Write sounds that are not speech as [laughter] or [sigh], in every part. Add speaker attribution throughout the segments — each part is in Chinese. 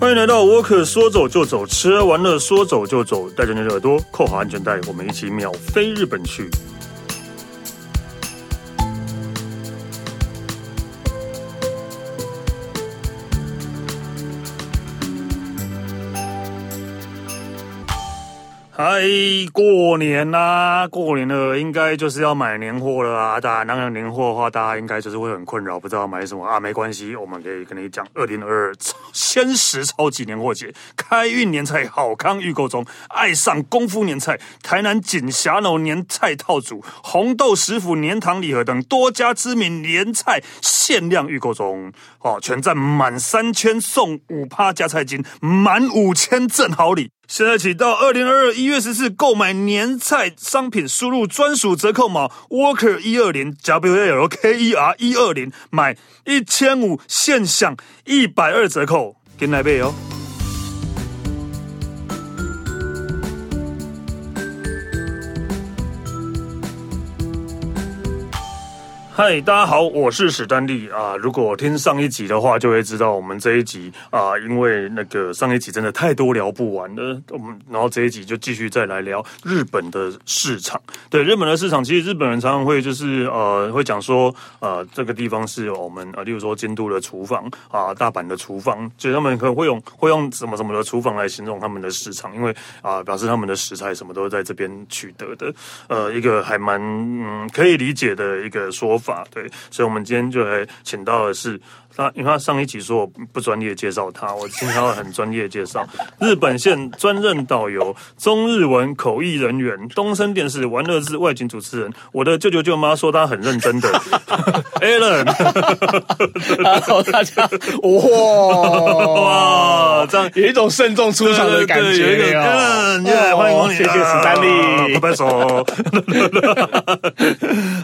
Speaker 1: 欢迎来到沃克，说走就走，吃完了说走就走，带着你的耳朵扣好安全带，我们一起秒飞日本去。嗨，过年啦、过年了，应该就是要买年货了啊！大家当然年货的话，大家应该就是会很困扰，不知道买什么啊？没关系，我们可以跟你讲，二零二二鲜食超级年货节，开运年菜好康预购中，爱上功夫年菜、台南锦霞楼年菜套组、红豆食府年堂礼盒等多家知名年菜限量预购中哦，全站满三千送五趴加菜金，满五千赠好礼。现在起到二零二二一月十四购买年菜商品，输入专属折扣码 Walker 一二零 W A L K E R 一二零，买一千五现享一百二折扣，给你来背哦。嗨，大家好，我是史丹利啊。如果听上一集的话，就会知道我们这一集啊，因为那个上一集真的太多聊不完了，我们然后这一集就继续再来聊日本的市场。对日本的市场，其实日本人常常会就是呃会讲说呃这个地方是我们呃，例如说京都的厨房啊，大阪的厨房，所以他们可能会用会用什么什么的厨房来形容他们的市场，因为啊、表示他们的食材什么都是在这边取得的，呃，一个还蛮嗯可以理解的一个说法，对，所以我们今天就来请到的是他，因为他上一集说我不专业介绍他，我听他很专业介绍，日本线专任导游，中日文口译人员，东森电视玩乐志外景主持人，我的舅舅舅妈说他很认真的 [laughs] ，Alan，
Speaker 2: Hello，大家，哇，
Speaker 1: 哇，啊这样。
Speaker 2: 有一种慎重出场的感
Speaker 1: 对对对有一
Speaker 2: 觉
Speaker 1: 个
Speaker 2: 哦
Speaker 1: 嗯，耶欢迎光临，
Speaker 2: 谢谢史丹利
Speaker 1: 啊拍拍 [laughs] 手。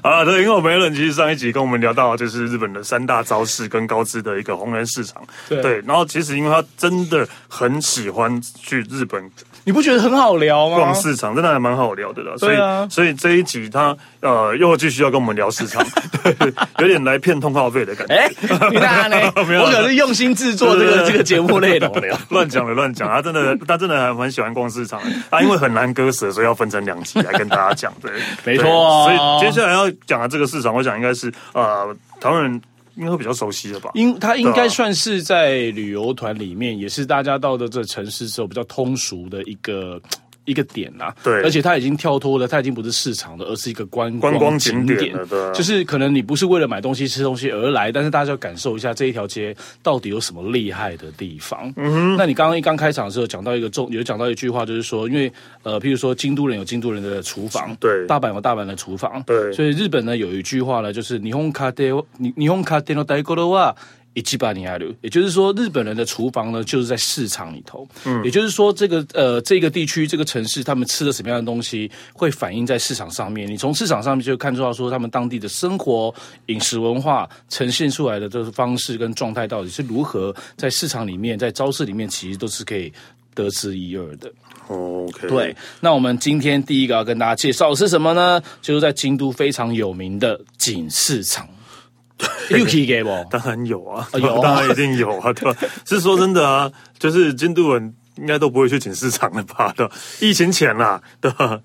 Speaker 1: 啊，对，因为我们 Alan 其实上一集跟我们聊到，就是日本的三大招式跟高知的一个红人市场，
Speaker 2: 对
Speaker 1: 然后其实因为他真的很喜欢去日本
Speaker 2: 你不觉得很好聊吗
Speaker 1: 逛？市场，真的还蛮好聊的啦。所以
Speaker 2: 对，啊
Speaker 1: 所以这一集他呃又继续要跟我们聊市
Speaker 2: [laughs]
Speaker 1: 场，对，有点来骗通告费的感觉。
Speaker 2: 哎，你那呢？
Speaker 1: [laughs] 没有
Speaker 2: 我可是用心制作这
Speaker 1: [laughs] 对对
Speaker 2: 个
Speaker 1: 对
Speaker 2: 这个节目内容的哟。
Speaker 1: 乱讲了，乱讲，他真的，他真的还蛮喜欢逛市场的。他因为很难割舍，所以要分成两集来跟大家讲。对，
Speaker 2: [laughs] 没错
Speaker 1: 对
Speaker 2: 哦
Speaker 1: 所以接下来要讲的这个市场，我想应该是呃，台湾人应该会比较熟悉了吧？
Speaker 2: 应它应
Speaker 1: 对啊
Speaker 2: 该算是在旅游团里面，也是大家到的这城市之后比较通俗的一个。一个点啦、
Speaker 1: 对
Speaker 2: 而且它已经跳脱了，它已经不是市场了，而是一个观
Speaker 1: 观光
Speaker 2: 光
Speaker 1: 景
Speaker 2: 景
Speaker 1: 点
Speaker 2: 点。
Speaker 1: 了对啊
Speaker 2: 就是可能你不是为了买东西、吃东西而来，但是大家要感受一下这一条街到底有什么厉害的地方。嗯那你刚刚一刚开场的时候讲到一个重，有讲到一句话，就是说，因为呃，譬如说京都人有京都人的厨房，
Speaker 1: 对
Speaker 2: 大阪有大阪的厨房，
Speaker 1: 对
Speaker 2: 所以日本呢有一句话呢，就是“日本家庭日日本家庭の台所は一番にある”，也就是说日本人的厨房呢就是在市场里头。嗯，也就是说这个呃这个地区这个城市他们吃的什么样的东西会反映在市场上面。你从市场上面就看出到说他们当地的生活、饮食文化呈现出来的这个方式跟状态到底是如何在市场里面在超市里面其实都是可以得知一二的。
Speaker 1: 哦，OK，
Speaker 2: 对，，那我们今天第一个要跟大家介绍的是什么呢？就是在京都非常有名的锦市场，Yuki g a b
Speaker 1: 当然有啊，
Speaker 2: 有啊
Speaker 1: [laughs] 当然一定有啊，
Speaker 2: [laughs]
Speaker 1: 对吧？是说真的啊，就是京都人。应该都不会去景市场了吧？对吧，疫情前啦、对吧？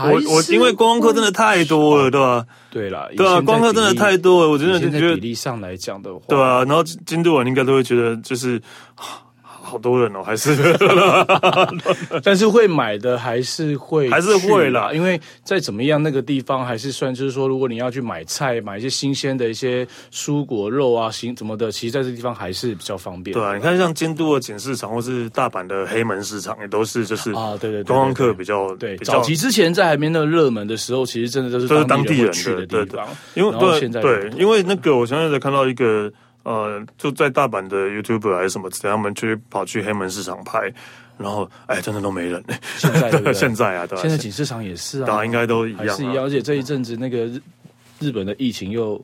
Speaker 1: 我我因为观光客真的太多了，对吧？
Speaker 2: 对啦，
Speaker 1: 对啊，
Speaker 2: 以前在
Speaker 1: 观光客真的
Speaker 2: 比例
Speaker 1: 太多了，我真的
Speaker 2: 以前在
Speaker 1: 觉得
Speaker 2: 比例上来讲的话，
Speaker 1: 对啊，然后京京都人应该都会觉得就是 [sighs] 啊好多人哦，还
Speaker 2: [laughs]
Speaker 1: 是 [laughs]
Speaker 2: 但是会买的还是会去啦，
Speaker 1: 还是会啦
Speaker 2: 因为再怎么样，那个地方还是算，就是说，如果你要去买菜，买一些新鲜的一些蔬果、肉啊、行怎么的，其实在这地方还是比较方便的。
Speaker 1: 对啊，你看像京都的锦市场或是大阪的黑门市场，也都是就是
Speaker 2: 啊对对对对
Speaker 1: 观光客比较
Speaker 2: 对，
Speaker 1: 比较
Speaker 2: 早期之前在还没那么热门的时候，其实真的都是
Speaker 1: 都是当
Speaker 2: 地
Speaker 1: 地人
Speaker 2: 会去
Speaker 1: 的
Speaker 2: 的
Speaker 1: 对
Speaker 2: 地
Speaker 1: 对
Speaker 2: 方。
Speaker 1: 因为
Speaker 2: 然后现
Speaker 1: 对
Speaker 2: 在
Speaker 1: 对，因为那个我前阵子看到一个呃，就在大阪的 YouTuber 还是什么之类，他们去跑去黑门市场拍，然后哎，真的都没人。 [laughs]
Speaker 2: 现在对不对
Speaker 1: 现在啊，对啊
Speaker 2: 现在景市场也是啊，
Speaker 1: 大家应该都一
Speaker 2: 还
Speaker 1: 样
Speaker 2: 是一
Speaker 1: 啊
Speaker 2: 样，而且这一阵子那个日日本的疫情又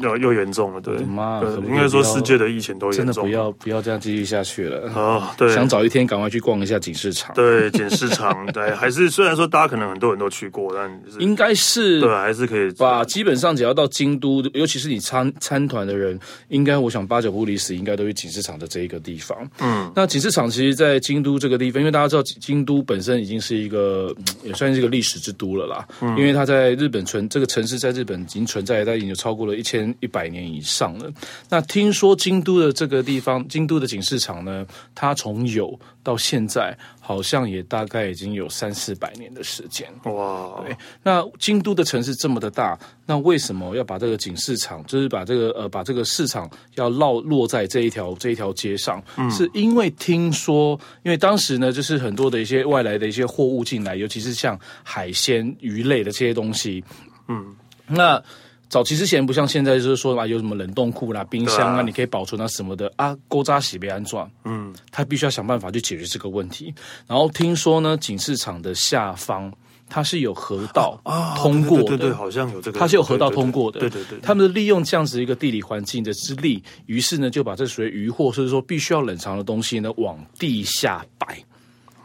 Speaker 1: 又又严重了，对
Speaker 2: 的，妈
Speaker 1: 对
Speaker 2: 啊可不可以
Speaker 1: 应该说
Speaker 2: 不要
Speaker 1: 世界的疫情都
Speaker 2: 真
Speaker 1: 严
Speaker 2: 的不
Speaker 1: 重
Speaker 2: 要不要这样继续下去了。
Speaker 1: 啊，对，
Speaker 2: 想找一天赶快去逛一下警市场，
Speaker 1: 对， [laughs] 捡市场，对，还是虽然说大家可能很多人都去过，但是
Speaker 2: 应该是
Speaker 1: 对，啊还是可以
Speaker 2: 吧？基本上只要到京都，尤其是你参参团的人，应该我想八九不离十，应该都去锦市场的这一个地方。嗯，那锦市场其实，在京都这个地方，因为大家知道京京都本身已经是一个嗯也算是一个历史之都了啦，因为它在日本存这个城市在日本已经存在，大概已经有超过了一千一百年以上了。那听说京都的这个地方，京都的锦市场呢，它从有到现在，好像也大概已经有三四百年的时间。
Speaker 1: 哇，
Speaker 2: 那京都的城市这么的大，那为什么要把这个景市场，就是把这个呃把这个市场要落落在这一条这一条街上？是因为听说，因为当时呢，就是很多的一些外来的一些货物进来，尤其是像海鲜、鱼类的这些东西，嗯，那。早期之前不像现在，就是说啊，有什么冷冻库啦、冰箱
Speaker 1: 对
Speaker 2: 啊，
Speaker 1: 啊
Speaker 2: 你可以保存啊什么的啊，勾扎洗被安装，嗯，他必须要想办法去解决这个问题。然后听说呢，景市场的下方它是有河道
Speaker 1: 啊
Speaker 2: 通过的，
Speaker 1: 对对对，对好像有这个，
Speaker 2: 它是有河
Speaker 1: 对
Speaker 2: 道
Speaker 1: 对
Speaker 2: 通过的，
Speaker 1: 对对对，
Speaker 2: 他们利用这样子一个地理环境的之力，于是呢就把这属于鱼货，就是说必须要冷藏的东西呢往地下摆。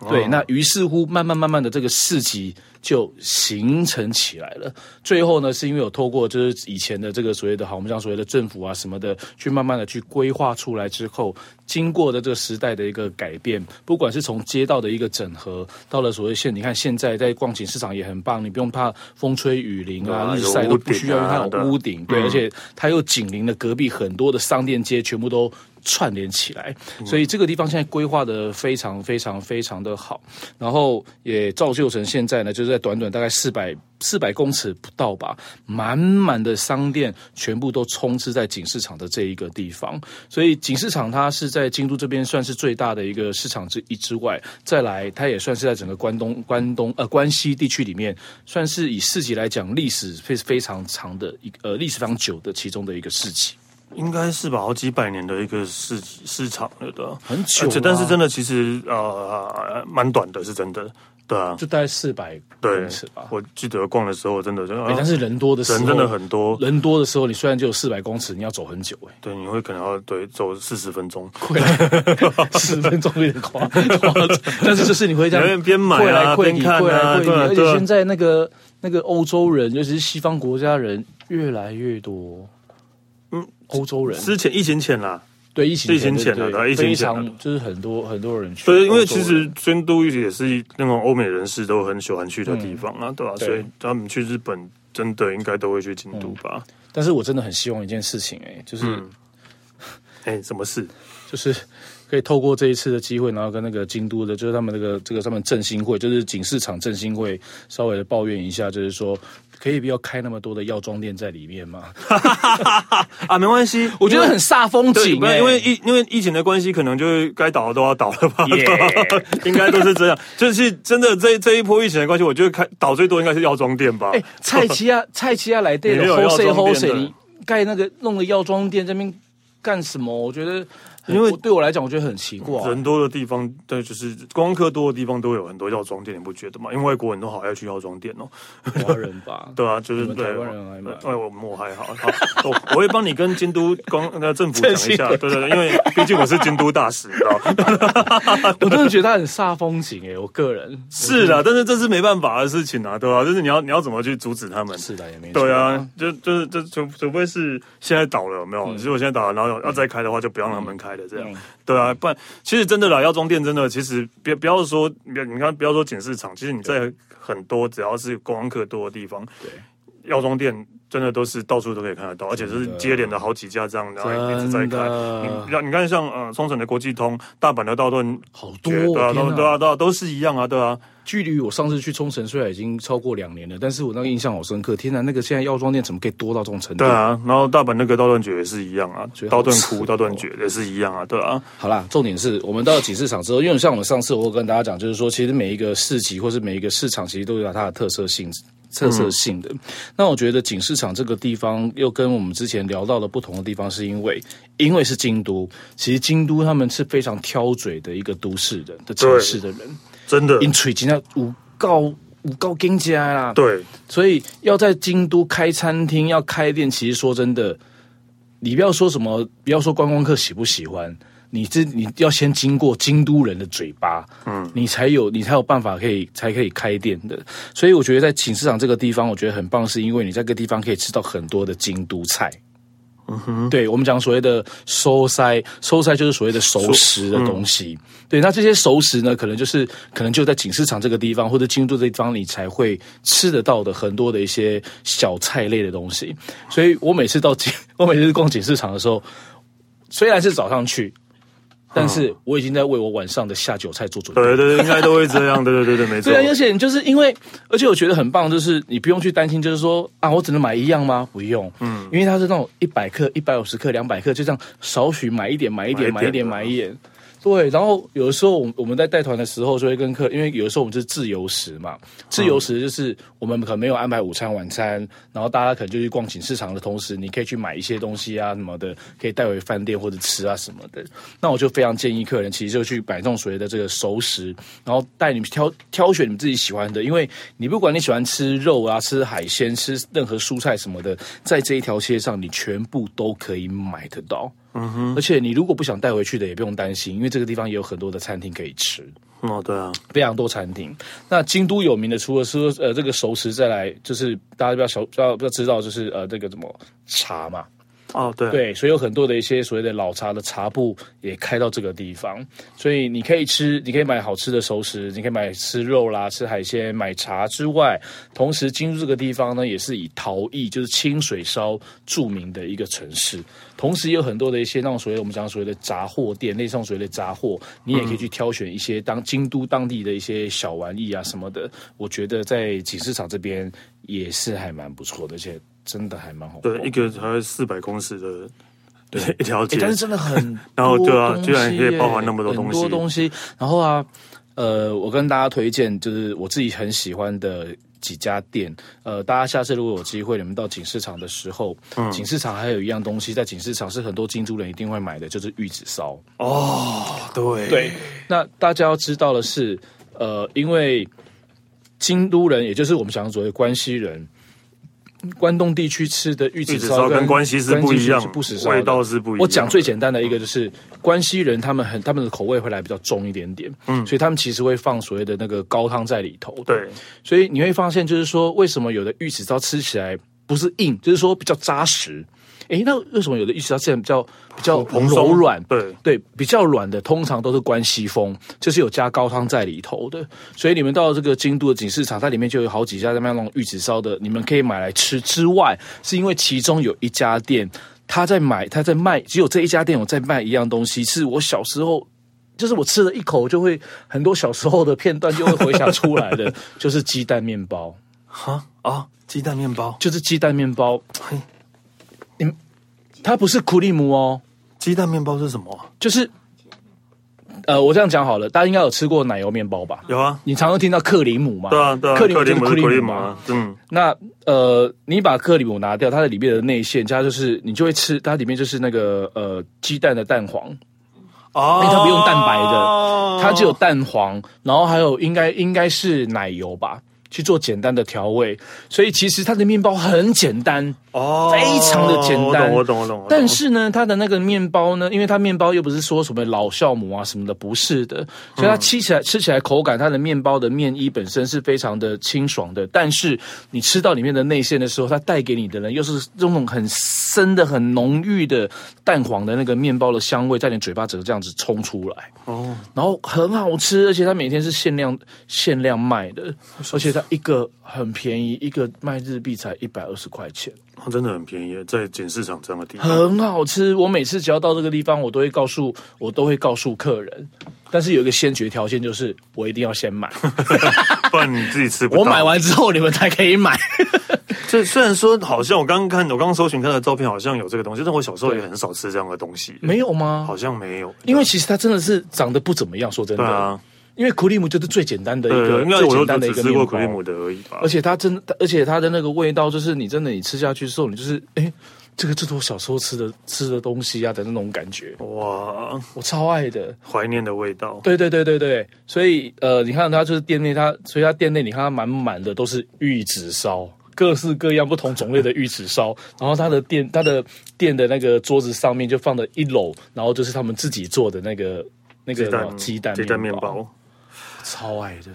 Speaker 2: 对，那于是乎，慢慢慢慢的这个市集就形成起来了。最后呢，是因为有透过就是以前的这个所谓的好，我们讲所谓的政府啊什么的，去慢慢的去规划出来之后，经过的这个时代的一个改变，不管是从街道的一个整合，到了所谓现你看现在在逛景市场也很棒，你不用怕风吹雨淋啊、
Speaker 1: 对啊
Speaker 2: 日
Speaker 1: 有
Speaker 2: 晒都
Speaker 1: 屋
Speaker 2: 不需
Speaker 1: 顶
Speaker 2: 要，因
Speaker 1: 啊
Speaker 2: 为它有
Speaker 1: 对
Speaker 2: 屋顶，对，而且它又紧邻了隔壁很多的商店街，全部都串联起来，所以这个地方现在规划的非常非常非常的好，然后也造就成现在呢，就是在短短大概四百四百公尺不到吧，满满的商店全部都充斥在景市场的这一个地方，所以景市场它是在京都这边算是最大的一个市场之一之外，再来它也算是在整个关东关东呃关西地区里面，算是以市集来讲历史非非常长的一个呃历史非常久的其中的一个市集。
Speaker 1: 应该是吧，好几百年的一个市市场了的，
Speaker 2: 很
Speaker 1: 而
Speaker 2: 久
Speaker 1: 且
Speaker 2: 啦
Speaker 1: 但是真的其实呃蛮短的，是真的，对啊，
Speaker 2: 就大概四百
Speaker 1: 对
Speaker 2: 公尺吧，。
Speaker 1: 我记得逛的时候真的就，
Speaker 2: 哎
Speaker 1: 啊
Speaker 2: 但是人多的时候，
Speaker 1: 人真的很多，
Speaker 2: 人多的时候，你虽然只有四百公尺，你要走很久哎、
Speaker 1: 对，你会可能要对走四十分钟，
Speaker 2: 会来 [laughs] 十分钟有点
Speaker 1: [laughs]
Speaker 2: 夸夸张，但是就是你会这
Speaker 1: 有点
Speaker 2: 样
Speaker 1: 边买啊
Speaker 2: 会来会你
Speaker 1: 边看啊
Speaker 2: 会来会你，
Speaker 1: 对啊
Speaker 2: 而
Speaker 1: 对
Speaker 2: 且
Speaker 1: 啊
Speaker 2: 现在那个那个欧洲人，尤其是西方国家人越来越多，嗯
Speaker 1: 嗯，
Speaker 2: 欧洲人
Speaker 1: 之前疫情前啦，
Speaker 2: 对疫情
Speaker 1: 疫情前
Speaker 2: 对
Speaker 1: 啊
Speaker 2: 对
Speaker 1: 对疫情
Speaker 2: 非
Speaker 1: 前啊
Speaker 2: 常就是很多很多人去，
Speaker 1: 对，因为
Speaker 2: 欧洲
Speaker 1: 其
Speaker 2: 人
Speaker 1: 实京都也是那种欧美人士都很喜欢去的地方啊，对吧、
Speaker 2: 嗯对
Speaker 1: 所以他们去日本真的应该都会去京都吧？
Speaker 2: 但是我真的很希望一件事情哎、就是、
Speaker 1: 嗯
Speaker 2: 嗯
Speaker 1: 哎、什么事？ [laughs]
Speaker 2: 就是可以透过这一次的机会，然后跟那个京都的，就是他们那个这个他们振兴会，就是警市场振兴会，稍微的抱怨一下，就是说可以不要开那么多的药妆店在里面吗？
Speaker 1: 啊，没关系，
Speaker 2: 我觉得很煞风
Speaker 1: 对，
Speaker 2: 景、
Speaker 1: 不
Speaker 2: 欸，
Speaker 1: 然因为疫因为疫情的关系，可能就是该倒的都要倒了
Speaker 2: [laughs]
Speaker 1: 吧
Speaker 2: Yeah
Speaker 1: [laughs] 应该都是这样。就是真的这这一波疫情的关系，我觉得开倒最多应该是药妆店吧。
Speaker 2: 哎、蔡
Speaker 1: [laughs]
Speaker 2: 奇亚蔡奇亚啊来对
Speaker 1: 也
Speaker 2: 了，
Speaker 1: 有
Speaker 2: 齁
Speaker 1: 药
Speaker 2: 谁
Speaker 1: 妆
Speaker 2: 齁
Speaker 1: 店
Speaker 2: 谁，
Speaker 1: 的
Speaker 2: 你盖那个弄个药妆店这边干什么？我觉得很。
Speaker 1: 因为
Speaker 2: 我对我来讲，我觉得很奇怪。
Speaker 1: 人多的地方，对，就是观光客多的地方都会有很多药妆店，你不觉得吗？因为外国人都好爱去药妆店哦。
Speaker 2: 华人吧，
Speaker 1: [laughs] 对啊，就是
Speaker 2: 你们
Speaker 1: 对
Speaker 2: 台湾人来买
Speaker 1: 哎，我我还好，好，我我会帮你跟京都光 [laughs] 那个政府讲一
Speaker 2: 振兴
Speaker 1: 下，对对对，因为毕竟我是京都大使，你知道。
Speaker 2: 我真的觉得他很煞风景哎、我
Speaker 1: [laughs]
Speaker 2: 个人
Speaker 1: 是啦，但是这是没办法的事情啊，对吧、就是你要你要怎么去阻止他们？
Speaker 2: 是的也没错
Speaker 1: 对啊，，就就是就除除非是现在倒了，有没
Speaker 2: 嗯
Speaker 1: 有？如果现在倒了，然后要再开的话，就不让他们开了，这样。对啊，不然其实真的啦，药妆店真的，其实别不要说，你看你看，不要说检市场，其实你在很多只要是观光客多的地方，
Speaker 2: 对，
Speaker 1: 药妆店。真的都是到处都可以看得到，而且就是接连的好几家这样，然后一直在
Speaker 2: 真
Speaker 1: 开。
Speaker 2: 的
Speaker 1: 你你看像呃冲绳的国际通、大阪的道顿
Speaker 2: 好多、
Speaker 1: 崛，对啊，
Speaker 2: 哦，天
Speaker 1: 都
Speaker 2: 哪
Speaker 1: 对啊，对啊，都是一样啊，对啊。
Speaker 2: 距离我上次去冲绳虽然已经超过两年了，但是我那个印象好深刻。天哪，那个现在药妆店怎么可以多到这种程度？
Speaker 1: 对啊，然后大阪那个道顿崛也是一样啊
Speaker 2: 觉得，好
Speaker 1: 道顿
Speaker 2: 扯哦
Speaker 1: 窟、道顿崛也是一样啊，对啊，
Speaker 2: 好啦，重点是我们到了集市场之后，因为像我们上次我有跟大家讲，就是说，其实每一个市集或是每一个市场，其实都有它的特色性。特色性的，那我觉得景市场这个地方又跟我们之前聊到的不同的地方，是因为因为是京都，其实京都他们是非常挑嘴的一个都市人的城市的人，
Speaker 1: 真的
Speaker 2: 因嘴今天有够五高啊跟家啦。
Speaker 1: 对，
Speaker 2: 所以要在京都开餐厅、要开店，其实说真的，你不要说什么，不要说观光客喜不喜欢，你这你要先经过京都人的嘴巴，嗯，你才有你才有办法可以才可以开店的。所以我觉得在请市场这个地方，我觉得很棒，是因为你在这个地方可以吃到很多的京都菜。对我们讲所谓的收塞，收塞就是所谓的熟食的东西。对，那这些熟食呢，可能就是可能就在锦市场这个地方或者京都这地方，你才会吃得到的很多的一些小菜类的东西。所以我每次到锦， [laughs] 我每次逛锦市场的时候，虽然是早上去，但是我已经在为我晚上的下酒菜做准备。
Speaker 1: 对对对，应该都会这样，对对对对，没错
Speaker 2: 对，啊，而且你就是因为，而且我觉得很棒，就是你不用去担心，就是说啊，我只能买一样吗？不用，嗯，因为它是那种一百克、一百五十克、两百克，就这样少许买一点、买一点、
Speaker 1: 买
Speaker 2: 买
Speaker 1: 一点
Speaker 2: 一点、买一点。对，然后有的时候我们我们在带团的时候就会跟客，因为有的时候我们是自由食嘛，自由食就是我们可能没有安排午餐、晚餐，然后大家可能就去逛景市场的同时，你可以去买一些东西啊什么的，可以带回饭店或者吃啊什么的。那我就非常建议客人其实就去买这种所谓的这个熟食，然后带你们挑挑选你们自己喜欢的，因为你不管你喜欢吃肉啊、吃海鲜、吃任何蔬菜什么的，在这一条街上你全部都可以买得到。而且你如果不想带回去的，也不用担心，因为这个地方也有很多的餐厅可以吃，
Speaker 1: 哦，对啊，
Speaker 2: 非常多餐厅。那京都有名的，除了说呃这个熟食，再来就是大家比较熟、比较比较知道，就是呃这个什么茶嘛，
Speaker 1: 哦对，
Speaker 2: 对，所以有很多的一些所谓的老茶的茶铺也开到这个地方，所以你可以吃，你可以买好吃的熟食，你可以买吃肉啦、吃海鲜、买茶之外，同时京都这个地方呢，也是以陶艺就是清水烧著名的一个城市，同时也有很多的一些那种所谓的我们讲所谓的杂货店，类似那种所谓的杂货，你也可以去挑选一些当京都当地的一些小玩意啊什么的，我觉得在锦市场这边也是还蛮不错的，而且真的还蛮好逛
Speaker 1: 对，一个才四百公尺的。对，一条街，
Speaker 2: 欸，但是真的很
Speaker 1: [laughs] 然后对啊
Speaker 2: 东
Speaker 1: 居然可以
Speaker 2: 西
Speaker 1: 包含那么多
Speaker 2: 耶
Speaker 1: 东西
Speaker 2: 很多东西。然后啊，呃，我跟大家推荐就是我自己很喜欢的几家店，呃，大家下次如果有机会你们到景市场的时候，
Speaker 1: 嗯
Speaker 2: 景市场还有一样东西在景市场是很多京都人一定会买的，就是玉子烧。
Speaker 1: 哦，对
Speaker 2: 对，那大家要知道的是，呃，因为京都人，也就是我们讲的所谓关西人。关东地区吃的玉
Speaker 1: 玉
Speaker 2: 子
Speaker 1: 子
Speaker 2: 烧
Speaker 1: 烧跟关西是不一样
Speaker 2: 是，不食烧的
Speaker 1: 味道是不一样。
Speaker 2: 我讲最简单的一个就是关西人，他们很他们的口味会来比较重一点点，嗯，所以他们其实会放所谓的那个高汤在里头，，
Speaker 1: 对，
Speaker 2: 所以你会发现就是说，为什么有的玉子烧吃起来不是硬，就是说比较扎实，诶，那为什么有的玉子烧吃起来比较比较
Speaker 1: 蓬松
Speaker 2: 柔软？
Speaker 1: 对，
Speaker 2: 对，比较软的通常都是关西风，就是有加高汤在里头的。所以你们到这个京都的锦市场，它里面就有好几家在卖那种玉子烧的，你们可以买来吃。之外，是因为其中有一家店，他在买，他在卖，只有这一家店有在卖一样东西，是我小时候。就是我吃了一口，就会很多小时候的片段就会回想出来的， [laughs] 就是鸡蛋面包，
Speaker 1: 哈啊，鸡蛋面包，
Speaker 2: 就是鸡蛋面包。你们，它不是苦力姆哦，
Speaker 1: 鸡蛋面包是什么啊？
Speaker 2: 就是，呃，我这样讲好了，大家应该有吃过奶油面包吧？
Speaker 1: 有啊，
Speaker 2: 你常常听到克里姆嘛？
Speaker 1: 对啊，对啊，
Speaker 2: 克里姆就是
Speaker 1: 姆
Speaker 2: 克
Speaker 1: 克
Speaker 2: 里
Speaker 1: 里
Speaker 2: 姆
Speaker 1: 姆
Speaker 2: 嘛。
Speaker 1: 啊，嗯，
Speaker 2: 那呃，你把克里姆拿掉，它的里面的内馅，它就是你就会吃，它里面就是那个呃鸡蛋的蛋黄，
Speaker 1: 哦
Speaker 2: 因为它不用蛋白的它只有蛋黄，然后还有应该应该是奶油吧，去做简单的调味。所以其实它的面包很简单，
Speaker 1: 哦，
Speaker 2: 非常的简单
Speaker 1: 我懂，我懂，我懂。我懂
Speaker 2: 但是呢，它的那个面包呢，因为它面包又不是说什么老酵母啊什么的，不是的，所以它吃起来、吃起来口感，它的面包的面衣本身是非常的清爽的。但是你吃到里面的内馅的时候，它带给你的呢，又是这种很深的、很浓郁的蛋黄的那个面包的香味，在你嘴巴整个这样子冲出来，
Speaker 1: 哦，
Speaker 2: 然后很好吃，而且它每天是限量限量卖的，而且它一个很便宜，一个卖日币才一百二十块钱。
Speaker 1: 它哦真的很便宜，在锦市场这样的地
Speaker 2: [laughs]
Speaker 1: 方，
Speaker 2: 很好吃。我每次只要到这个地方，我都会告诉我都会告诉客人，但是有一个先决条件就是我一定要先买，
Speaker 1: [laughs] 不然你自己吃不到。
Speaker 2: 我买完之后你们才可
Speaker 1: [laughs]
Speaker 2: 以买。
Speaker 1: 这虽然说好像我刚刚看，我刚刚搜寻看的照片好像有这个东西，但我小时候也很少吃这样的东西，
Speaker 2: 没有吗？
Speaker 1: 好像没有。
Speaker 2: 嗯因为其实它真的是长得不怎么样，说真的。
Speaker 1: 对啊，
Speaker 2: 因为苦力姆就是最简单的一个
Speaker 1: 对，应该
Speaker 2: 最
Speaker 1: 我
Speaker 2: 简单
Speaker 1: 就
Speaker 2: 的一
Speaker 1: 只
Speaker 2: 个
Speaker 1: 吃过克里
Speaker 2: 面
Speaker 1: 姆
Speaker 2: 包，
Speaker 1: 的而已吧
Speaker 2: 而。且它真的，而且它的那个味道，就是你真的你吃下去之后，你就是哎。这个就是我小时候吃的吃的东西啊的那种感觉，
Speaker 1: 哇，
Speaker 2: 我超爱的。
Speaker 1: 怀念的味道。
Speaker 2: 对对对对对，所以呃，你看它就是店内它，所以它店内你看它满满的都是玉子烧，各式各样不同种类的玉子
Speaker 1: [laughs]
Speaker 2: 烧。然后它的店，它的店的那个桌子上面就放着一篓，然后就是他们自己做的那个那个
Speaker 1: 鸡
Speaker 2: 什么
Speaker 1: 蛋、
Speaker 2: 鸡蛋
Speaker 1: 鸡蛋面
Speaker 2: 包，
Speaker 1: 包。
Speaker 2: 超爱的。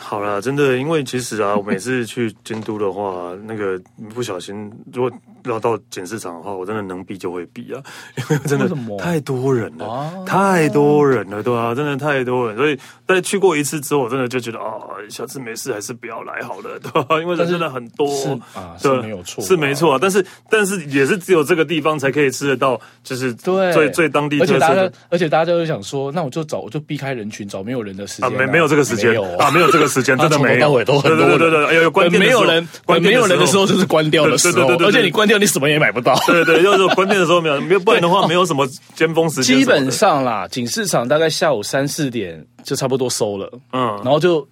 Speaker 1: 好啦，真的，因为其实啊，我每次去京都的话，那个不小心如果绕到检市场的话，我真的能避就会避啊， [laughs] 因为真的
Speaker 2: 为什么
Speaker 1: 太多人了，
Speaker 2: 哦
Speaker 1: 太多人了，对啊，真的太多人，所以在去过一次之后，我真的就觉得啊，下次没事还是不要来好了， [laughs] 对吧、啊因为人真的很多，
Speaker 2: 是啊
Speaker 1: 对
Speaker 2: 是没有错啊
Speaker 1: 是没错啊，但是但是也是只有这个地方才可以吃得到，就是
Speaker 2: 对，
Speaker 1: 最最当地
Speaker 2: 而
Speaker 1: 特
Speaker 2: 且
Speaker 1: 色
Speaker 2: 大
Speaker 1: 的
Speaker 2: 家，而且大家都想说，那我就找，我就避开人群，找没有人的时
Speaker 1: 啊，
Speaker 2: 间、
Speaker 1: 没没有这个时间
Speaker 2: 没有
Speaker 1: 啊，没有这个时间，
Speaker 2: [laughs]
Speaker 1: 真的
Speaker 2: 从头
Speaker 1: 没有，
Speaker 2: 到尾都很多
Speaker 1: 对
Speaker 2: 人
Speaker 1: 对对对，有有关店
Speaker 2: 没
Speaker 1: 的时候
Speaker 2: 有人，
Speaker 1: 关店
Speaker 2: 没有人的时候就是关掉的时
Speaker 1: 对
Speaker 2: 候，
Speaker 1: 对对对对
Speaker 2: 而且你关掉，你什么也买不到。
Speaker 1: [laughs] 对对，就是关店的时候没有，没有，不然的话没有什么尖峰时间
Speaker 2: 基
Speaker 1: 什么的。
Speaker 2: 本上啦，景市场大概下午三四点就差不多收了，然
Speaker 1: 嗯，
Speaker 2: 后就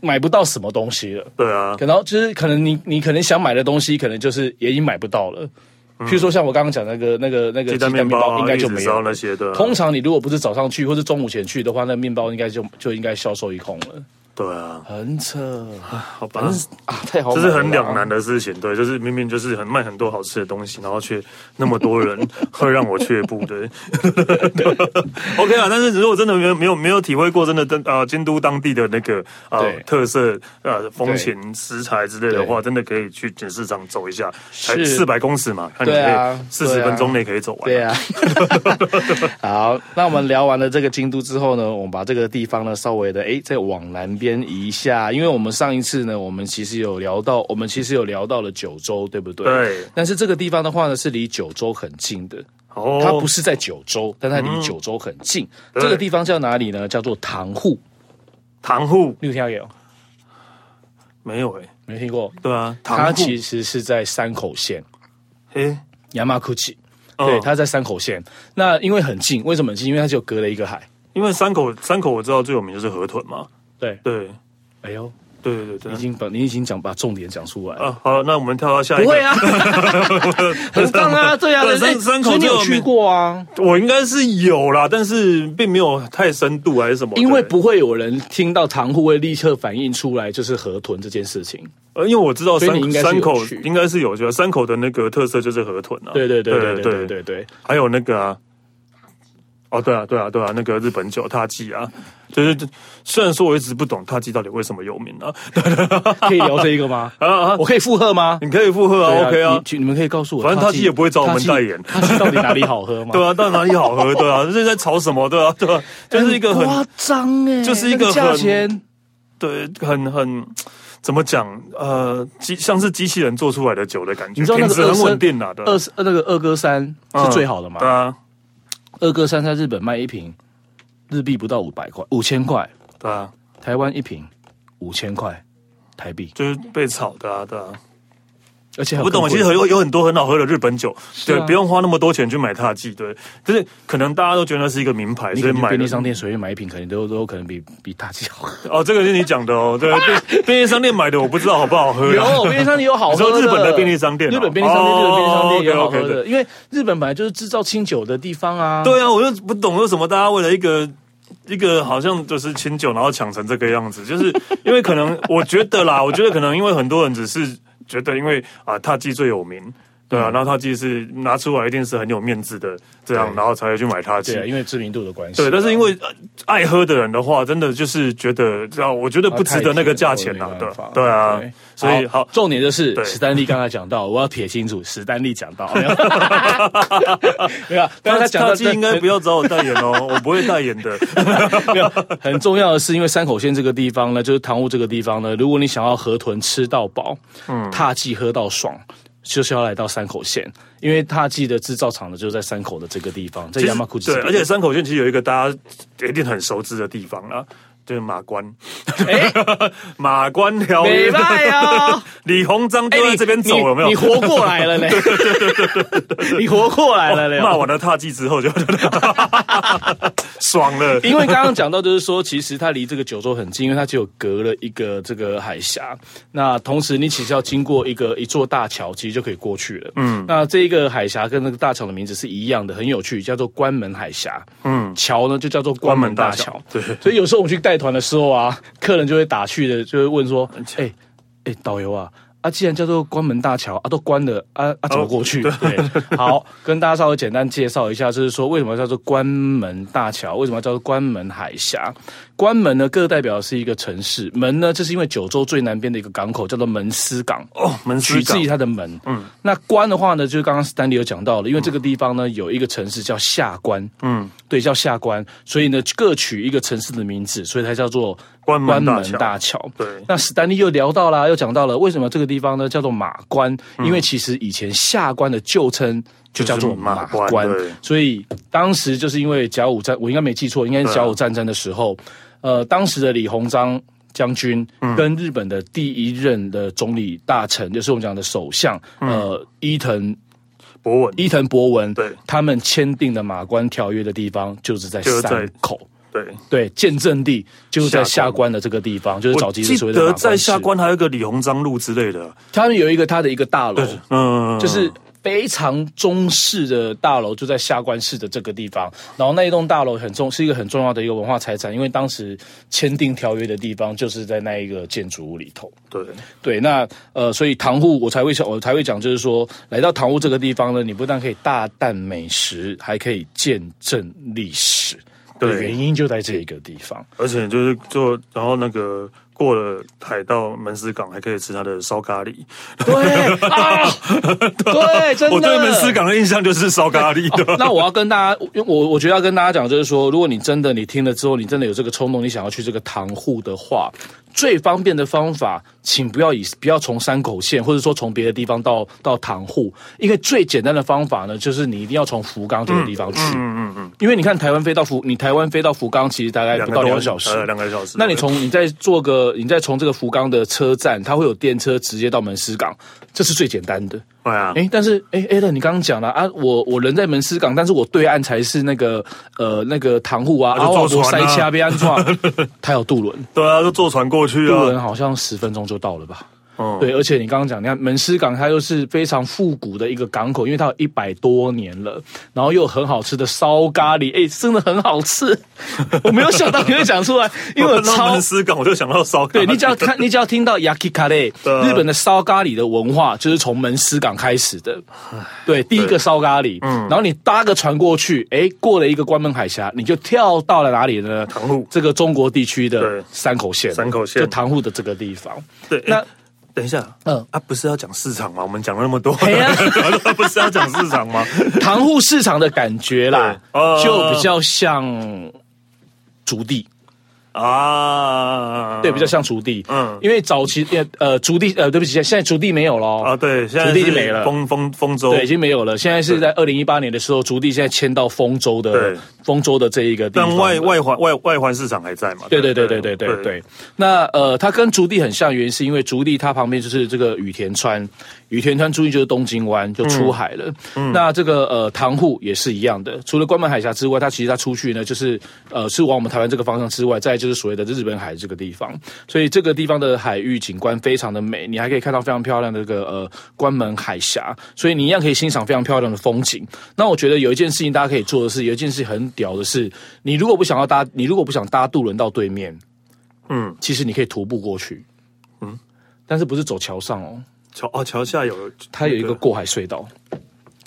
Speaker 2: 买不到什么东西了。
Speaker 1: 对啊，
Speaker 2: 然后就是可能你你可能想买的东西，可能就是也已经买不到了。譬如说像我刚刚讲那个那个那
Speaker 1: 嗯
Speaker 2: 个
Speaker 1: 鸡蛋面包
Speaker 2: 包，
Speaker 1: 啊、
Speaker 2: 应该就
Speaker 1: 玉
Speaker 2: 没
Speaker 1: 子
Speaker 2: 有
Speaker 1: 烧
Speaker 2: 了
Speaker 1: 那。些啊的，
Speaker 2: 通常你如果不是早上去或是中午前去的话，那面包应该就就应该销售一空了，
Speaker 1: 对啊，
Speaker 2: 很扯
Speaker 1: 好吧。
Speaker 2: 啊！太好买
Speaker 1: 这
Speaker 2: 了啦，啊
Speaker 1: 是很两难的事情，对，就是明明就是很卖很多好吃的东西，然后却那么多
Speaker 2: [laughs]
Speaker 1: 人会让我却步，对。OK [laughs] 啊，但是如果真的没有没有没有体会过真的当呃京都当地的那个呃
Speaker 2: 对
Speaker 1: 特色呃风情食材之类的话，真的可以去锦市场走一下，才
Speaker 2: 是
Speaker 1: 四百公尺嘛，看你可
Speaker 2: 对啊
Speaker 1: 以四十
Speaker 2: 对啊
Speaker 1: 分钟内可以走完。
Speaker 2: 对啊，
Speaker 1: [laughs]
Speaker 2: 啊好，那我们聊完了这个京都之后呢，我们把这个地方呢稍微的诶再往南边移一下，因为我们上一次呢，我们其实有聊到，我们其实有聊到了九州，对不对？
Speaker 1: 对
Speaker 2: 但是这个地方的话呢，是离九州很近的，
Speaker 1: 哦，嗯
Speaker 2: 它不是在九州，但它离九州很近。
Speaker 1: 对
Speaker 2: 这个地方叫哪里呢？叫做唐户，
Speaker 1: 糖户
Speaker 2: 你有听到没有？
Speaker 1: 没有哎、
Speaker 2: 没听过。
Speaker 1: 对啊，
Speaker 2: 它
Speaker 1: 糖户
Speaker 2: 其实是在山口县。
Speaker 1: 诶，
Speaker 2: 亚马库奇，
Speaker 1: 嗯
Speaker 2: 对，它在山口县。那因为很近，为什么很近？因为它就隔了一个海。
Speaker 1: 因为山口山口我知道最有名就是河豚嘛，
Speaker 2: 对，
Speaker 1: 对
Speaker 2: 哎呦，
Speaker 1: 对对对
Speaker 2: 已
Speaker 1: 对。
Speaker 2: 经把你已经讲把重点讲出来了。
Speaker 1: 啊，好，那我们跳到下一个。[laughs]
Speaker 2: 不会啊，很棒啊，对啊，
Speaker 1: 对
Speaker 2: 人
Speaker 1: 山山口
Speaker 2: 所以你
Speaker 1: 就
Speaker 2: 有
Speaker 1: 有
Speaker 2: 去
Speaker 1: 名
Speaker 2: 过啊？
Speaker 1: [laughs] 我应该是有啦，但是并没有太深度还是什么的。
Speaker 2: 因为不会有人听到唐户会立刻反映出来就是河豚这件事情。
Speaker 1: 呃，因为我知道
Speaker 2: 所以
Speaker 1: 山
Speaker 2: 你应该是有
Speaker 1: 山口
Speaker 2: 去
Speaker 1: 应该是有去，啊山口的那个特色就是河豚啊。
Speaker 2: 对对对对对对对对，
Speaker 1: 还有那个啊，哦，对啊，对啊，对啊，那个日本酒踏记啊，就是虽然说我一直不懂踏记到底为什么有名啊，
Speaker 2: 可以聊这一
Speaker 1: [laughs]
Speaker 2: 个吗？
Speaker 1: 啊啊，
Speaker 2: 我可以附和吗？
Speaker 1: 你可以附和
Speaker 2: 对
Speaker 1: 啊，OK 啊
Speaker 2: 你，去你们可以告诉我，
Speaker 1: 反正
Speaker 2: 他
Speaker 1: 他也不会找我们代言
Speaker 2: 他到底哪里好喝吗？
Speaker 1: [laughs] 对啊，到哪里好喝？对啊， [laughs] 这是在吵什么？对啊，对啊，就是一个很
Speaker 2: 夸张哎，
Speaker 1: 就是一个
Speaker 2: 那价
Speaker 1: 很
Speaker 2: 钱。
Speaker 1: 对，很很怎么讲？呃，机像是机器人做出来的酒的感觉，
Speaker 2: 你知道那
Speaker 1: 品
Speaker 2: 个
Speaker 1: 质
Speaker 2: 二
Speaker 1: 很稳
Speaker 2: 三
Speaker 1: 定啦，对啊
Speaker 2: 二十呃那个二哥三是最好的嘛？
Speaker 1: 对啊，
Speaker 2: 二哥三在日本卖一瓶日币不到五百块，五千块，
Speaker 1: 对啊，
Speaker 2: 台湾一瓶五千块台币，
Speaker 1: 就是被炒的啊，对啊。
Speaker 2: 而且很
Speaker 1: 不懂，
Speaker 2: 贵
Speaker 1: 其实有有很多很好喝的日本酒，
Speaker 2: 啊
Speaker 1: 对，不用花那么多钱去买踏剂，对，就是可能大家都觉得那是一个名牌，
Speaker 2: 你
Speaker 1: 所以
Speaker 2: 可能去
Speaker 1: 买
Speaker 2: 便
Speaker 1: 了
Speaker 2: 利商店随便买一瓶，可能都都可能比比大吉好喝。
Speaker 1: 哦，这个是你讲的哦，对，便便利商店买的我不知道好不好喝啊，
Speaker 2: 有便利商店有好喝
Speaker 1: 你说日本的便利商店哦
Speaker 2: 日本便利商店、
Speaker 1: 哦
Speaker 2: 日本便利商店也有好
Speaker 1: OK，OK，
Speaker 2: 喝的，因为日本本来就是制造清酒的地方
Speaker 1: [laughs]
Speaker 2: 啊。
Speaker 1: 对啊，我就不懂为什么大家为了一个一个好像就是清酒，然后抢成这个样子，就是因为可能我觉得
Speaker 2: [laughs]
Speaker 1: 啦，我觉得可能因为很多人只是觉得因为啊，踏记最有名。对
Speaker 2: 嗯
Speaker 1: 啊，然后踏记是拿出来一定是很有面子的，这样然后才会去买踏记。
Speaker 2: 对啊，因为知名度的关系
Speaker 1: 对，
Speaker 2: 啊。
Speaker 1: 但是因为、呃爱喝的人的话，真的就是觉得，知道我觉得不值得那个价钱啦、对
Speaker 2: 太甜了
Speaker 1: 对啊
Speaker 2: 对，
Speaker 1: 所以好，
Speaker 2: 重点就是
Speaker 1: 对
Speaker 2: 史丹利刚才讲到，我要撇清楚，史丹利讲到，
Speaker 1: [laughs]
Speaker 2: 没有，没有，啊但是他讲到
Speaker 1: 踏记应该不要找我代言哦，我不会代言
Speaker 2: [laughs]
Speaker 1: 的。
Speaker 2: 没有很重要的是，因为山口县这个地方呢，就是堂屋这个地方呢，如果你想要河豚吃到饱，嗯，踏记喝到爽。就是要来到山口县，因为踏记的制造厂呢就在山口的这个地方，在
Speaker 1: 其实
Speaker 2: 亚马库
Speaker 1: 对，而且山口县其实有一个大家一定很熟知的地方啦，就是马关。 [laughs] 马关条
Speaker 2: 美
Speaker 1: [laughs] 约，
Speaker 2: 拜哦，
Speaker 1: 李鸿章就在这边走，
Speaker 2: 哎你
Speaker 1: 有没有？
Speaker 2: 你活
Speaker 1: [laughs]
Speaker 2: 过来了嘞！你活过来了嘞！
Speaker 1: 哦骂完了踏记之后就， [laughs] 爽了。
Speaker 2: 因为刚刚讲到，就是说，其实它离这个九州很近，因为它只有隔了一个这个海峡。那同时，你只是要经过一个一座大桥，其实就可以过去了。嗯，那这一个海峡跟那个大桥的名字是一样的，很有趣，叫做关门海峡。嗯，桥呢就叫做 [laughs] 关门大桥。
Speaker 1: 对，
Speaker 2: 所以有时候我去带团的时候啊，客人就会打趣的，就会问说：“哎、哎、导游啊。”啊，既然叫做关门大桥啊，都关了啊啊，
Speaker 1: 哦
Speaker 2: 怎么过去？对，好，跟大家稍微简单介绍一下，就是说为什么叫做关门大桥，为什么叫做关门海峡？关门呢，各代表是一个城市，门呢，这是因为九州最南边的一个港口叫做门司港，
Speaker 1: 哦，门
Speaker 2: 取
Speaker 1: 司
Speaker 2: 自
Speaker 1: 港
Speaker 2: 于它的门。嗯，那关的话呢，就是刚刚 Stanley 有讲到了，因为这个地方呢有一个城市叫下关，嗯，对，叫下关，所以呢各取一个城市的名字，所以它叫做
Speaker 1: 关门大
Speaker 2: 关
Speaker 1: 桥
Speaker 2: 门大桥。
Speaker 1: 对
Speaker 2: 那史丹利又聊到啦，又讲到了为什么这个地方呢叫做马关，因为其实以前下关的旧称。就叫做马
Speaker 1: 嗯就是马
Speaker 2: 关
Speaker 1: 关对，
Speaker 2: 所以当时就是因为甲午战，我应该没记错，应该是
Speaker 1: 啊
Speaker 2: 甲午战争的时候，呃，当时的李鸿章将军
Speaker 1: 嗯
Speaker 2: 跟日本的第一任的总理大臣，就是我们讲的首相，
Speaker 1: 嗯
Speaker 2: 呃，伊藤
Speaker 1: 博文，
Speaker 2: 伊藤博文，
Speaker 1: 对
Speaker 2: 他们签订的马关条约的地方，就是在
Speaker 1: 就是在
Speaker 2: 山口。
Speaker 1: 对。
Speaker 2: 对，见证地就是在
Speaker 1: 下
Speaker 2: 下关的这个地方，就是早
Speaker 1: 我
Speaker 2: 期
Speaker 1: 记
Speaker 2: 是所谓的马
Speaker 1: 得
Speaker 2: 关
Speaker 1: 在
Speaker 2: 市
Speaker 1: 下，关还有一个李鸿章路之类的，
Speaker 2: 他们有一个他的一个大楼，
Speaker 1: 嗯，
Speaker 2: 就是非常中式的大楼，就在下关市的这个地方。然后那一栋大楼很重，是一个很重要的一个文化财产，因为当时签订条约的地方就是在那一个建筑物里头。
Speaker 1: 对，
Speaker 2: 对，那呃，所以唐户我才会想，我才会讲，就是说，来到唐户这个地方呢，你不但可以大啖美食，还可以见证历史。
Speaker 1: 对
Speaker 2: 原因就在这一个地方。
Speaker 1: 而且就是做，然后那个过了海到门司港，还可以吃他的烧咖喱。
Speaker 2: 对啊，对，哎真
Speaker 1: [laughs]
Speaker 2: 的。
Speaker 1: 我对门司港的印象就是烧咖喱的，
Speaker 2: 哦那我要跟大家，因为我我觉得要跟大家讲，就是说，如果你真的你听了之后，你真的有这个冲动，你想要去这个唐户的话，最方便的方法，请不要以不要从山口县，或者说从别的地方到到唐户，因为最简单的方法呢，就是你一定要从福冈这个地方去，嗯嗯嗯，因为你看台湾飞到福，你台湾飞到福冈其实大概不到两个小时，
Speaker 1: 呃两个小时。
Speaker 2: 那你从你再坐个，你再从这个福冈的车站，它会有电车直接到门司港，这是最简单的。
Speaker 1: 对啊，
Speaker 2: 哎，但是哎 a l 你刚刚讲了啊，我我人在门司港，但是我对岸才是那个呃那个唐户啊，
Speaker 1: 啊就坐
Speaker 2: 我
Speaker 1: 船
Speaker 2: 塞
Speaker 1: 啊
Speaker 2: 掐被安
Speaker 1: [laughs]
Speaker 2: 撞，它有渡轮，
Speaker 1: 对啊，就坐船过去
Speaker 2: 渡
Speaker 1: 啊。
Speaker 2: 轮好像十分钟就到了吧。
Speaker 1: 嗯
Speaker 2: 对，而且你刚刚讲，你看门司港，它又是非常复古的一个港口，因为它有一百多年了，然后又有很好吃的烧咖喱，哎，真的很好吃， [laughs] 我没有想到你会讲出来，因为我
Speaker 1: 我看到
Speaker 2: 超
Speaker 1: 门司港，我就想到烧 [laughs] 咖喱。
Speaker 2: 对你只要看，你只要听到 yakikare，
Speaker 1: [laughs] 对啊
Speaker 2: 日本的烧咖喱的文化就是从门司港开始的。对，第一个烧咖喱，
Speaker 1: 嗯
Speaker 2: 然后你搭个船过去，哎，过了一个关门海峡，你就跳到了哪里呢？
Speaker 1: 唐户
Speaker 2: 这个中国地区的
Speaker 1: 对
Speaker 2: 山口县，
Speaker 1: 山口县
Speaker 2: 就唐户的这个地方。
Speaker 1: 对，
Speaker 2: 那
Speaker 1: 那等一下，
Speaker 2: 嗯
Speaker 1: 嗯啊，不是要讲市场吗？我们讲了那么多，
Speaker 2: 哎呀
Speaker 1: [laughs] 不是要讲市场吗？
Speaker 2: 唐户市场的感觉啦
Speaker 1: 对哦，
Speaker 2: 就比较像竹地。
Speaker 1: 啊，
Speaker 2: 对，比较像竹地，嗯
Speaker 1: 嗯，
Speaker 2: 因为早期呃呃竹地呃，对不起，现在竹地没有了
Speaker 1: 啊，对，现
Speaker 2: 竹
Speaker 1: 在
Speaker 2: 地
Speaker 1: 是
Speaker 2: 没了，
Speaker 1: 丰丰丰州，
Speaker 2: 对，已经没有了。现在是在二零一八年的时候，竹地现在迁到丰州的
Speaker 1: 对
Speaker 2: 丰州的这一个地方
Speaker 1: 但
Speaker 2: 了。
Speaker 1: 外外环外外环市场还在嘛？
Speaker 2: 对对对对对对对。那呃，它跟竹地很像，原因是因为竹地它旁边就是这个羽田川，羽田川注意就是东京湾，就出海了。那这个呃唐户也是一样的，除了关门海峡之外，它其实它出去呢，就是呃是往我们台湾这个方向之外，再来就是所谓的日本海这个地方。所以这个地方的海域景观非常的美，你还可以看到非常漂亮的这个呃关门海峡，所以你一样可以欣赏非常漂亮的风景。那我觉得有一件事情大家可以做的是，有一件事情很屌的是，你如果不想要搭，你如果不想搭渡轮到对面，嗯
Speaker 1: 嗯，
Speaker 2: 其实你可以徒步过去，嗯，但是不是走桥上哦，
Speaker 1: 桥哦，桥下有
Speaker 2: 它有一个，过海隧道，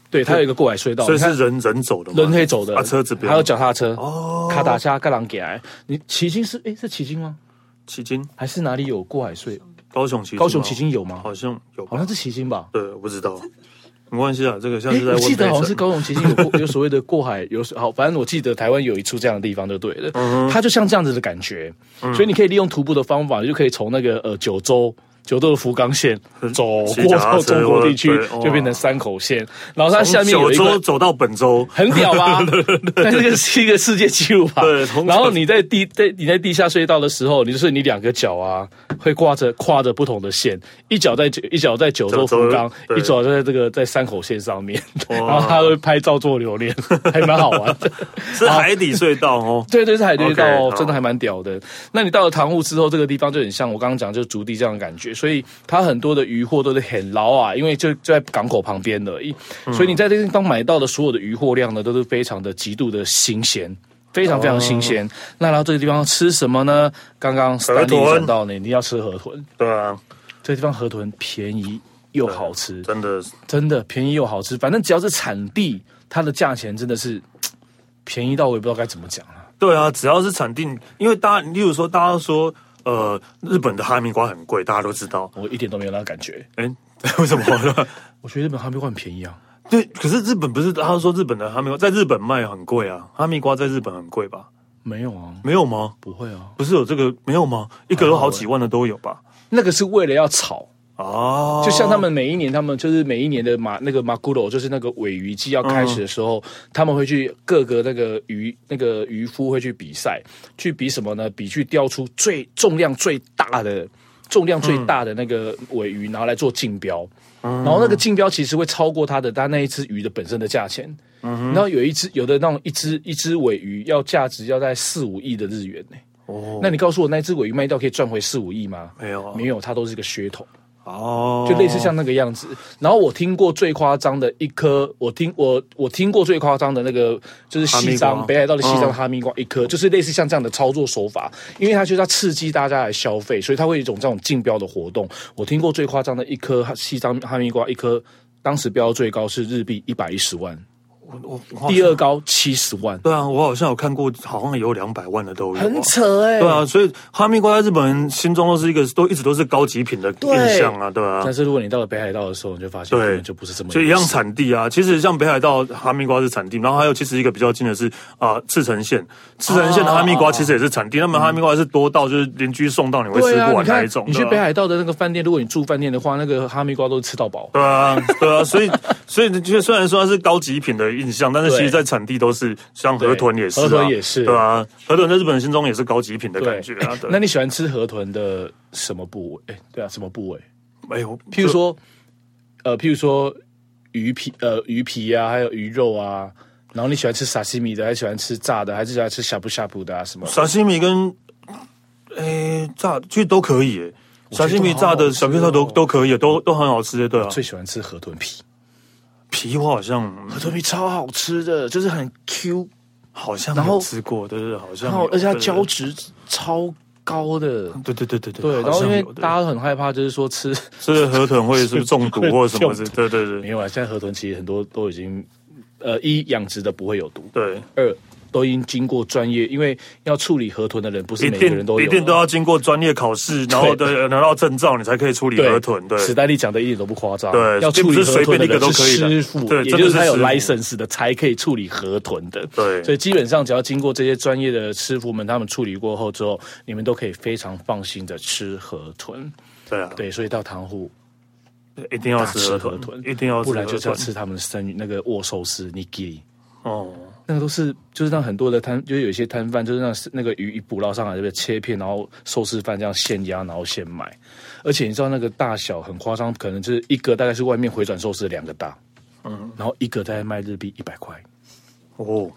Speaker 2: 对，它有一个过海隧道，
Speaker 1: 所以
Speaker 2: 你看
Speaker 1: 是人人走的吗，
Speaker 2: 人可以走的，
Speaker 1: 啊，车子不
Speaker 2: 还有
Speaker 1: 用。
Speaker 2: 脚踏车，
Speaker 1: 哦
Speaker 2: 卡达虾、盖朗给来，你旗津是诶，是旗津吗？
Speaker 1: 迄今
Speaker 2: 还是哪里有过海隧？
Speaker 1: 高雄迄
Speaker 2: 高雄旗津有吗？
Speaker 1: 好像有
Speaker 2: 好
Speaker 1: 吧？
Speaker 2: 像是旗津吧。
Speaker 1: 对，我不知道，没关系啊，这个下
Speaker 2: 诶
Speaker 1: 次再
Speaker 2: 我
Speaker 1: 问。
Speaker 2: 记得好哦像是高雄旗津有
Speaker 1: [laughs]
Speaker 2: 过有所谓的过海，有好，反正我记得台湾有一处这样的地方就对了，
Speaker 1: 嗯
Speaker 2: 它就像这样子的感觉，所以你可以利用徒步的方法，你就可以从那个呃九州。九州的福冈县走
Speaker 1: 嗯骑脚踏
Speaker 2: 过
Speaker 1: 车
Speaker 2: 中国地区
Speaker 1: 对哇，
Speaker 2: 就变成山口县，然后它下面有
Speaker 1: 九
Speaker 2: 一
Speaker 1: 州
Speaker 2: 个。
Speaker 1: 走到本州，
Speaker 2: 很屌
Speaker 1: [laughs]
Speaker 2: 吧？但这个是一个世界纪录吧？
Speaker 1: 对从
Speaker 2: 然后你在地在你在地下隧道的时候，你就是你两个脚啊，会挂着跨着不同的线，一脚在九一脚在九州
Speaker 1: 九州
Speaker 2: 福冈，
Speaker 1: 对
Speaker 2: 一脚在这个在山口线上面，
Speaker 1: 哇
Speaker 2: 然后他会拍照做留念，还蛮好玩的。
Speaker 1: 是海底隧道哦。
Speaker 2: 对对，是海底
Speaker 1: OK，
Speaker 2: 隧道哦
Speaker 1: 好
Speaker 2: 真的还蛮屌的。那你到了塘户之后，这个地方就很像我刚刚讲，就是竹地这样的感觉，所以它很多的渔货都是很捞啊，因为就就在港口旁边而已，
Speaker 1: 嗯
Speaker 2: 所以你在这个地方买到的所有的渔货量呢，都是非常的极度的新鲜。非常非常新鲜。
Speaker 1: 哦
Speaker 2: 那到这个地方吃什么呢？刚刚
Speaker 1: 河
Speaker 2: Stanley
Speaker 1: 豚
Speaker 2: 讲到呢，你要吃河豚。
Speaker 1: 对啊，
Speaker 2: 这个地方河豚便宜又好吃，
Speaker 1: 真的
Speaker 2: 真的便宜又好吃。反正只要是产地，它的价钱真的是便宜到我也不知道该怎么讲了。
Speaker 1: 对啊，只要是产地，因为大家，例如说大家都说，呃，日本的哈密瓜很贵，大家都知道。
Speaker 2: 我一点都没有那个感觉。
Speaker 1: 哎、 [laughs] 为什么？ [laughs]
Speaker 2: 我觉得日本哈密瓜很便宜啊，
Speaker 1: 对，可是日本不是他说日本的哈密瓜在日本卖很贵啊，哈密瓜在日本很贵吧？
Speaker 2: 没有啊，
Speaker 1: 没有吗？
Speaker 2: 不会啊，
Speaker 1: 不是有这个没有吗？一个都好几万的都有吧？
Speaker 2: 那个是为了要炒，
Speaker 1: 哦，
Speaker 2: 就像他们每一年，他们就是每一年的马那个马古罗，就是那个尾鱼季要开始的
Speaker 1: 嗯
Speaker 2: 时候，他们会去各个那个渔那个渔夫会去比赛，去比什么呢？比去钓出最重量最大的。重量
Speaker 1: 嗯
Speaker 2: 最大的那个尾鱼，然后来做竞标，然后那个竞标其实会超过它的它那一只鱼的本身的价钱。
Speaker 1: 嗯
Speaker 2: 然后有一只有的那种一只一只尾鱼要价值要在四五亿的日元呢、
Speaker 1: 哦
Speaker 2: 那你告诉我，那只尾鱼卖掉可以赚回四五亿吗？
Speaker 1: 没有啊
Speaker 2: 没有，它都是一个噱头。
Speaker 1: 哦，
Speaker 2: 就类似像那个样子。然后我听过最夸张的一颗，我听我我听过最夸张的那个就是西
Speaker 1: 哈密瓜
Speaker 2: 藏北海道的西藏
Speaker 1: 嗯
Speaker 2: 哈密瓜一颗，就是类似像这样的操作手法，因为它就是要刺激大家来消费，所以它会有一种这种竞标的活动。我听过最夸张的一颗西藏哈密瓜一颗。当时标最高是日币一百一十万，
Speaker 1: 我我我好像
Speaker 2: 第二高七十万，
Speaker 1: 对啊，我好像有看过，好像有两百万的都有啊、
Speaker 2: 很扯哎、
Speaker 1: 对啊，所以哈密瓜在日本人心中都是一个都一直都是高级品的印象啊，对啊
Speaker 2: 但。是如果你到了北海道的时候，你就发现根
Speaker 1: 对，
Speaker 2: 本就不是这么
Speaker 1: 所以一
Speaker 2: 回
Speaker 1: 样
Speaker 2: 事
Speaker 1: 产地啊。其实像北海道哈密瓜是产地，然后还有其实一个比较近的是啊、赤城县，赤城县的哈密瓜其实也是产地，他们哈密瓜是多到就是邻居送到你会吃
Speaker 2: 对啊，
Speaker 1: 不
Speaker 2: 你
Speaker 1: 完那
Speaker 2: 看
Speaker 1: 一种。
Speaker 2: 你去
Speaker 1: 对啊
Speaker 2: 北海道的那个饭店，如果你住饭店的话，那个哈密瓜都吃到饱。
Speaker 1: 对啊，对啊，所以所以就虽然说它是高级品的印象，但是其实，在产地都是像河豚也是、啊，
Speaker 2: 对河豚也是
Speaker 1: 对啊，河豚在日本人心中也是高级品的感觉啊。对
Speaker 2: 那你喜欢吃河豚的什么部位？哎、对啊，什么部位？
Speaker 1: 哎呦，
Speaker 2: 譬如说，呃，譬如说鱼皮，呃，鱼皮啊，还有鱼肉啊。然后你喜欢吃沙西米的，还是喜欢吃炸的，还是喜欢吃呷哺呷哺的啊？什么？
Speaker 1: 沙西米跟诶、炸，其实都可以耶。
Speaker 2: 觉
Speaker 1: 沙
Speaker 2: 得
Speaker 1: 西米炸的、
Speaker 2: 好好吃
Speaker 1: 小
Speaker 2: 哦
Speaker 1: 披萨都都可以，都都很好吃，对啊。
Speaker 2: 最喜欢吃河豚皮，
Speaker 1: 皮我好像
Speaker 2: 河豚皮超好吃的，就是很 Q，
Speaker 1: 好像
Speaker 2: 然后
Speaker 1: 有吃过，对对，对好像
Speaker 2: 然后
Speaker 1: 有
Speaker 2: 而且它
Speaker 1: 对对
Speaker 2: 胶质超高的。
Speaker 1: 对对对对对
Speaker 2: 对，
Speaker 1: 好
Speaker 2: 然后因
Speaker 1: 像
Speaker 2: 为
Speaker 1: 有对
Speaker 2: 大家都很害怕，就是说吃 [laughs]
Speaker 1: 吃河豚会是不是中毒或什么之，对对对
Speaker 2: 没有啊，现在河豚其实很多都已经，呃，一养殖的不会有毒，
Speaker 1: 对，
Speaker 2: 二都已经经过专业，因为要处理河豚的人不是
Speaker 1: 一
Speaker 2: 每个人
Speaker 1: 定
Speaker 2: 都有啊，
Speaker 1: 一定都要经过专业考 [laughs] 试，然后的拿到证照，你才可以处理河豚，对。
Speaker 2: 史丹利讲的一点都不夸张，
Speaker 1: 对
Speaker 2: 要处理河豚的
Speaker 1: 并不是随便一
Speaker 2: 人是
Speaker 1: 个都可以的
Speaker 2: 师傅，
Speaker 1: 对真
Speaker 2: 也
Speaker 1: 的是
Speaker 2: 就是他有
Speaker 1: 师傅
Speaker 2: license 的才可以处理河豚的，
Speaker 1: 对
Speaker 2: 所以基本上只要经过这些专业的师傅们他们处理过后之后，你们都可以非常放心的吃河豚，
Speaker 1: 对啊，
Speaker 2: 对，所以到塘户
Speaker 1: 一定要
Speaker 2: 大
Speaker 1: 吃
Speaker 2: 吃
Speaker 1: 河
Speaker 2: 河
Speaker 1: 豚
Speaker 2: 豚，，
Speaker 1: 一定要吃
Speaker 2: 不
Speaker 1: 河
Speaker 2: 然就是要
Speaker 1: 豚。
Speaker 2: 吃他们的生鱼那个握寿司 nigiri。
Speaker 1: 哦，
Speaker 2: 那个都是就是让很多的摊，就是有一些摊贩，就是让那个鱼一捕捞上来，就被切片，然后寿司饭这样现压，然后现买。而且你知道那个大小很夸张，可能就是一个大概是外面回转寿司两个大，嗯，然后一个大概卖日币一百块，
Speaker 1: 哦，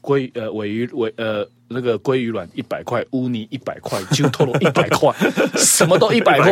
Speaker 2: 鲑呃尾鱼尾呃那个鲑鱼卵一百块，乌泥一百块，鸠头龙一百块，什么都 [laughs] 一百块，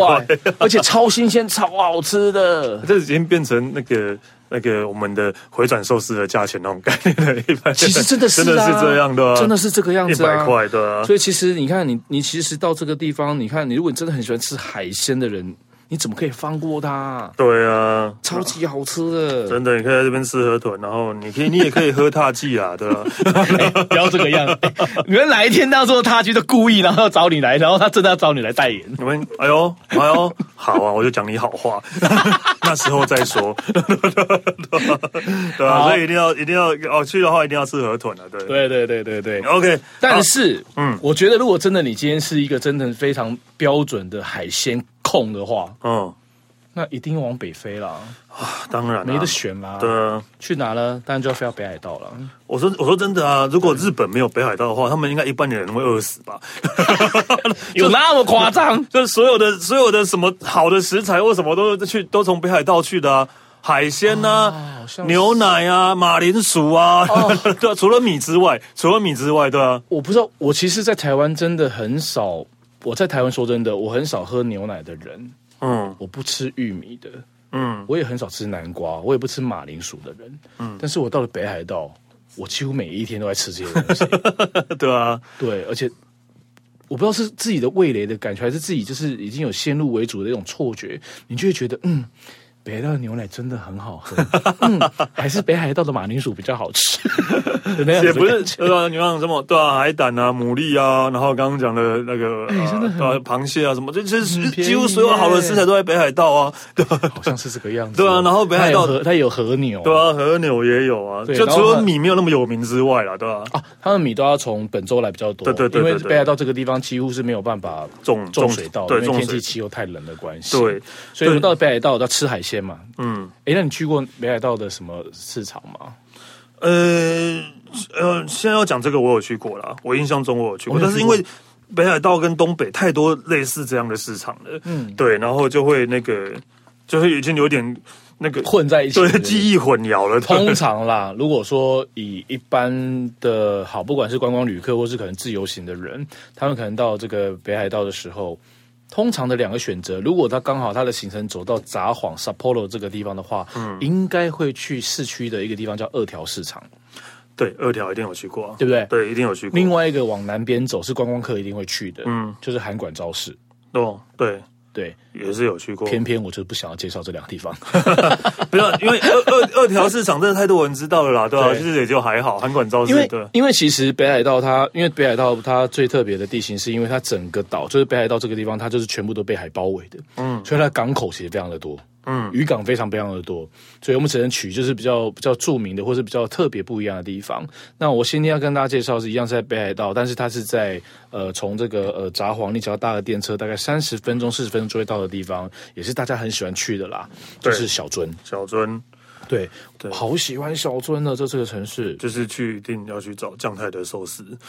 Speaker 2: 而且超新鲜、超好吃的。
Speaker 1: 这已经变成那个那个我们的回转寿司的价钱那种概念了， [laughs] 一般
Speaker 2: 其实真的是、啊、
Speaker 1: 真的是这样的啊，
Speaker 2: 真的是这个样
Speaker 1: 一
Speaker 2: 子啊，
Speaker 1: 百块的啊
Speaker 2: 所以其实你看，你你其实到这个地方，你看，你如果你真的很喜欢吃海鲜的人，你怎么可以放过它、
Speaker 1: 对啊。
Speaker 2: 超级好吃的，
Speaker 1: 真的，你可以在这边吃河豚，然后你可以，你也可以喝 [laughs] 踏剂啊，对吧？
Speaker 2: 哎不要这个 [laughs] 样子。哎你们哪一天到时候他就故意，然后要找你来，然后他真的要找你来代言，
Speaker 1: 你们，哎呦，哎呦，好啊，我就讲你好
Speaker 2: [laughs]
Speaker 1: 话，那时候再说，对啊，
Speaker 2: 好
Speaker 1: 所以一定要，一定要，哦，去的话一定要吃河豚啊，对。
Speaker 2: 对对对对对。
Speaker 1: OK，
Speaker 2: 但是，嗯，我觉得如果真的你今天是一个真的非常标准的海鲜控控的话，
Speaker 1: 嗯，
Speaker 2: 那一定往北飞啦，
Speaker 1: 当然、啊、
Speaker 2: 没得选啦。
Speaker 1: 对啊，
Speaker 2: 去哪呢？当然就要飞到北海道了。
Speaker 1: 我说我说真的啊，如果日本没有北海道的话，他们应该一半的人会饿死
Speaker 2: [laughs]
Speaker 1: 吧？
Speaker 2: 有那么夸张？
Speaker 1: 这所有的所有的什么好的食材或什么都是去都从北海道去的啊，海鲜呐、
Speaker 2: 啊好像是哦
Speaker 1: 牛奶啊、马铃薯啊， [laughs] 对啊，除了米之外，除了米之外，对啊，
Speaker 2: 我不知道，我其实，在台湾真的很少。我在台湾说真的，我很少喝牛奶的人，
Speaker 1: 嗯
Speaker 2: 我不吃玉米的，
Speaker 1: 嗯，
Speaker 2: 我也很少吃南瓜，我也不吃马铃薯的人。嗯，但是我到了北海道，我几乎每一天都在吃这些 [laughs] 东西。
Speaker 1: [laughs] 对啊，
Speaker 2: 对，而且我不知道是自己的味蕾的感觉，还是自己就是已经有先入为主的一种错觉，你就会觉得嗯。北海道的牛奶真的很好喝，嗯，还是北海道的马铃薯比较好吃， [laughs] 那样子
Speaker 1: 也
Speaker 2: 的
Speaker 1: 不是
Speaker 2: 感觉
Speaker 1: 对啊，你像什么对啊，海胆啊、牡蛎啊，然后刚刚讲的那个、
Speaker 2: 哎
Speaker 1: 呃对啊、螃蟹啊什么，这这
Speaker 2: 很便宜
Speaker 1: 几乎所有好的食材都在北海道啊，对啊
Speaker 2: 好像是这个样子。
Speaker 1: 对啊然后北海道
Speaker 2: 它有和它有和牛，
Speaker 1: 对啊，和牛也有啊，
Speaker 2: 对
Speaker 1: 就
Speaker 2: 然
Speaker 1: 除
Speaker 2: 后
Speaker 1: 了
Speaker 2: 它
Speaker 1: 米没有那么有名之外啦，对啊，
Speaker 2: 啊，他们米都要从本州来比较多，
Speaker 1: 对对对对
Speaker 2: 因为北海道这个地方几乎是没有办法
Speaker 1: 种
Speaker 2: 种水稻，
Speaker 1: 对
Speaker 2: 因为
Speaker 1: 种
Speaker 2: 天气
Speaker 1: 水，
Speaker 2: 气候太冷的关系。
Speaker 1: 对，
Speaker 2: 所以我
Speaker 1: 对
Speaker 2: 到了北海道要吃海鲜嘛。
Speaker 1: 嗯，
Speaker 2: 哎，那你去过北海道的什么市场吗？
Speaker 1: 呃呃，现在要讲这个，我有去过啦，我印象中我有去过，
Speaker 2: 我没有
Speaker 1: 但是
Speaker 2: 去
Speaker 1: 因
Speaker 2: 过
Speaker 1: 为北海道跟东北太多类似这样的市场了，嗯，对，然后就会那个，就会已经有点那个
Speaker 2: 混在一起，
Speaker 1: 对
Speaker 2: 对
Speaker 1: 记。忆混淆了，对
Speaker 2: 通常啦，如果说以一般的好，不管是观光旅客或是可能自由行的人，他们可能到这个北海道的时候，通常的两个选择，如果他刚好他的行程走到札幌 （Sapporo） 这个地方的话，应该会去市区的一个地方叫二条市场，
Speaker 1: 对，二条一定有去过啊，
Speaker 2: 对不对？
Speaker 1: 对，一定有去过，
Speaker 2: 另外一个往南边走是观光客一定会去的，嗯，就是函馆昭市。
Speaker 1: 哦，对，
Speaker 2: 对，
Speaker 1: 也是有去过，
Speaker 2: 偏偏我就不想要介绍这两个地方。
Speaker 1: 不要，因为二二二条市场真的太多人知道了啦，对啊，
Speaker 2: 对
Speaker 1: 其实也就还好，韩馆招
Speaker 2: 因
Speaker 1: 式
Speaker 2: 为
Speaker 1: 哦对，
Speaker 2: 因为其实北海道它，因为北海道它最特别的地形，是因为它整个岛就是北海道这个地方，它就是全部都被海包围的，嗯，所以它的港口其实非常的多，嗯，渔港非常非常的多，所以我们只能取就是比较比较著名的或是比较特别不一样的地方。那我今天要跟大家介绍是一样是在北海道，但是它是在呃从这个呃札幌，你只要搭个电车，大概三十分钟四十分钟就会到的地方，也是大家很喜欢去的啦，就
Speaker 1: 对
Speaker 2: 是小樽，
Speaker 1: 小樽
Speaker 2: 对，
Speaker 1: 对
Speaker 2: 好喜欢小樽呢，这这个城市。
Speaker 1: 就是去一定要去找酱太的寿司，
Speaker 2: [laughs]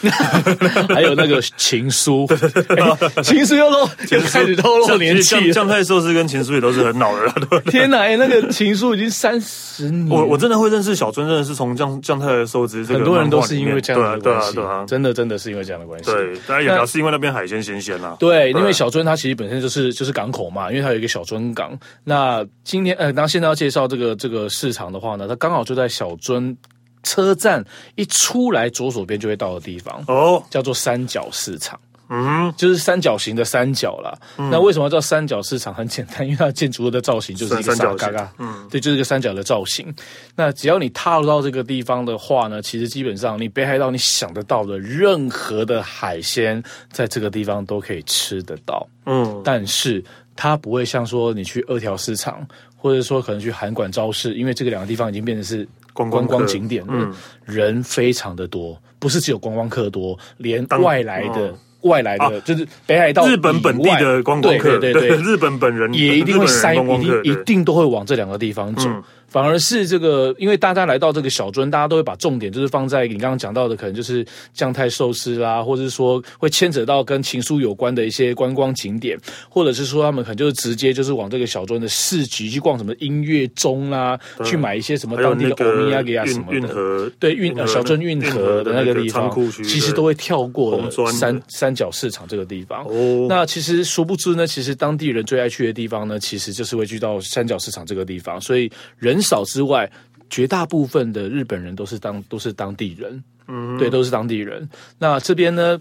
Speaker 2: 还有那个情 [laughs] 书，哎情书又露，又开始透露年纪了。
Speaker 1: 酱太寿司跟秦叔也都是很老的啦，对。
Speaker 2: 天哪，哎，那个情书已经三十年
Speaker 1: [laughs]
Speaker 2: 了，
Speaker 1: 我我真的会认识小樽，真的是从酱酱太的寿司这个
Speaker 2: 很多人都是因为这样的
Speaker 1: 漫画里面对
Speaker 2: 关
Speaker 1: 啊
Speaker 2: 系
Speaker 1: 对啊，对啊，
Speaker 2: 真的真的是因为这样的关系。
Speaker 1: 对，当然也表示因为那边海鲜新鲜啦，
Speaker 2: 对，因
Speaker 1: 对
Speaker 2: 为小樽它其实本身就是就是港口嘛，因为它有一个小樽港。那今天呃，那现在要介绍这个这个市场的话呢，它刚好就在小樽车站一出来左手边就会到的地方。
Speaker 1: 哦，
Speaker 2: 叫做三角市场。
Speaker 1: 嗯，
Speaker 2: 就是三角形的三角啦。那为什么叫三角市场？很简单，因 [laughs] 为它建筑物的造型就是一个
Speaker 1: 三三角
Speaker 2: 嘎
Speaker 1: 形
Speaker 2: 嘎，嗯，对，就是一个三角的造型。那只要你踏入到这个地方的话呢，其实基本上你北海道你想得到的任何的海鲜，在这个地方都可以吃得到。
Speaker 1: 嗯，
Speaker 2: 但是它不会像说你去二条市场，或者说可能去函馆招市，因为这个两个地方已经变成是
Speaker 1: 观光客
Speaker 2: 观
Speaker 1: 嗯
Speaker 2: 光景点了，人非常的多，不是只有观光客多，连
Speaker 1: 当嗯啊
Speaker 2: 外来的、外来的、就是北海道
Speaker 1: 日本本地
Speaker 2: 以外
Speaker 1: 的观光客，[laughs]
Speaker 2: 对对对对。
Speaker 1: 日本本人
Speaker 2: 也一定会
Speaker 1: 日本人
Speaker 2: 塞，
Speaker 1: 观
Speaker 2: 一
Speaker 1: 光
Speaker 2: 定
Speaker 1: 客，
Speaker 2: 一
Speaker 1: 对嗯
Speaker 2: 定都会往这两个地方走。反而是这个，因为大家来到这个小樽，大家都会把重点就是放在你刚刚讲到的，可能就是酱太寿司啦，或者是说会牵扯到跟情书有关的一些观光景点，或者是说他们可能就是直接就是往这个小樽的市集去逛什么音乐钟啦，去买一些什么
Speaker 1: 还有
Speaker 2: 当地
Speaker 1: 那
Speaker 2: 的欧米亚
Speaker 1: 个
Speaker 2: 给啊什么
Speaker 1: 运运
Speaker 2: 的。
Speaker 1: 河，
Speaker 2: 对运呃
Speaker 1: 河
Speaker 2: 小
Speaker 1: 那
Speaker 2: 樽运河的那个地
Speaker 1: 仓
Speaker 2: 方
Speaker 1: 库，区，
Speaker 2: 其实
Speaker 1: 对
Speaker 2: 都会跳过
Speaker 1: 红砖的
Speaker 2: 三三角市场这个地方。
Speaker 1: 哦
Speaker 2: 那其实殊不知呢，其实当地人最爱去的地方呢，其实就是会去到三角市场这个地方。所以人少之外，绝大部分的日本人都是当 [laughs] 都是当地人，嗯，对，都是当地人。那这边呢，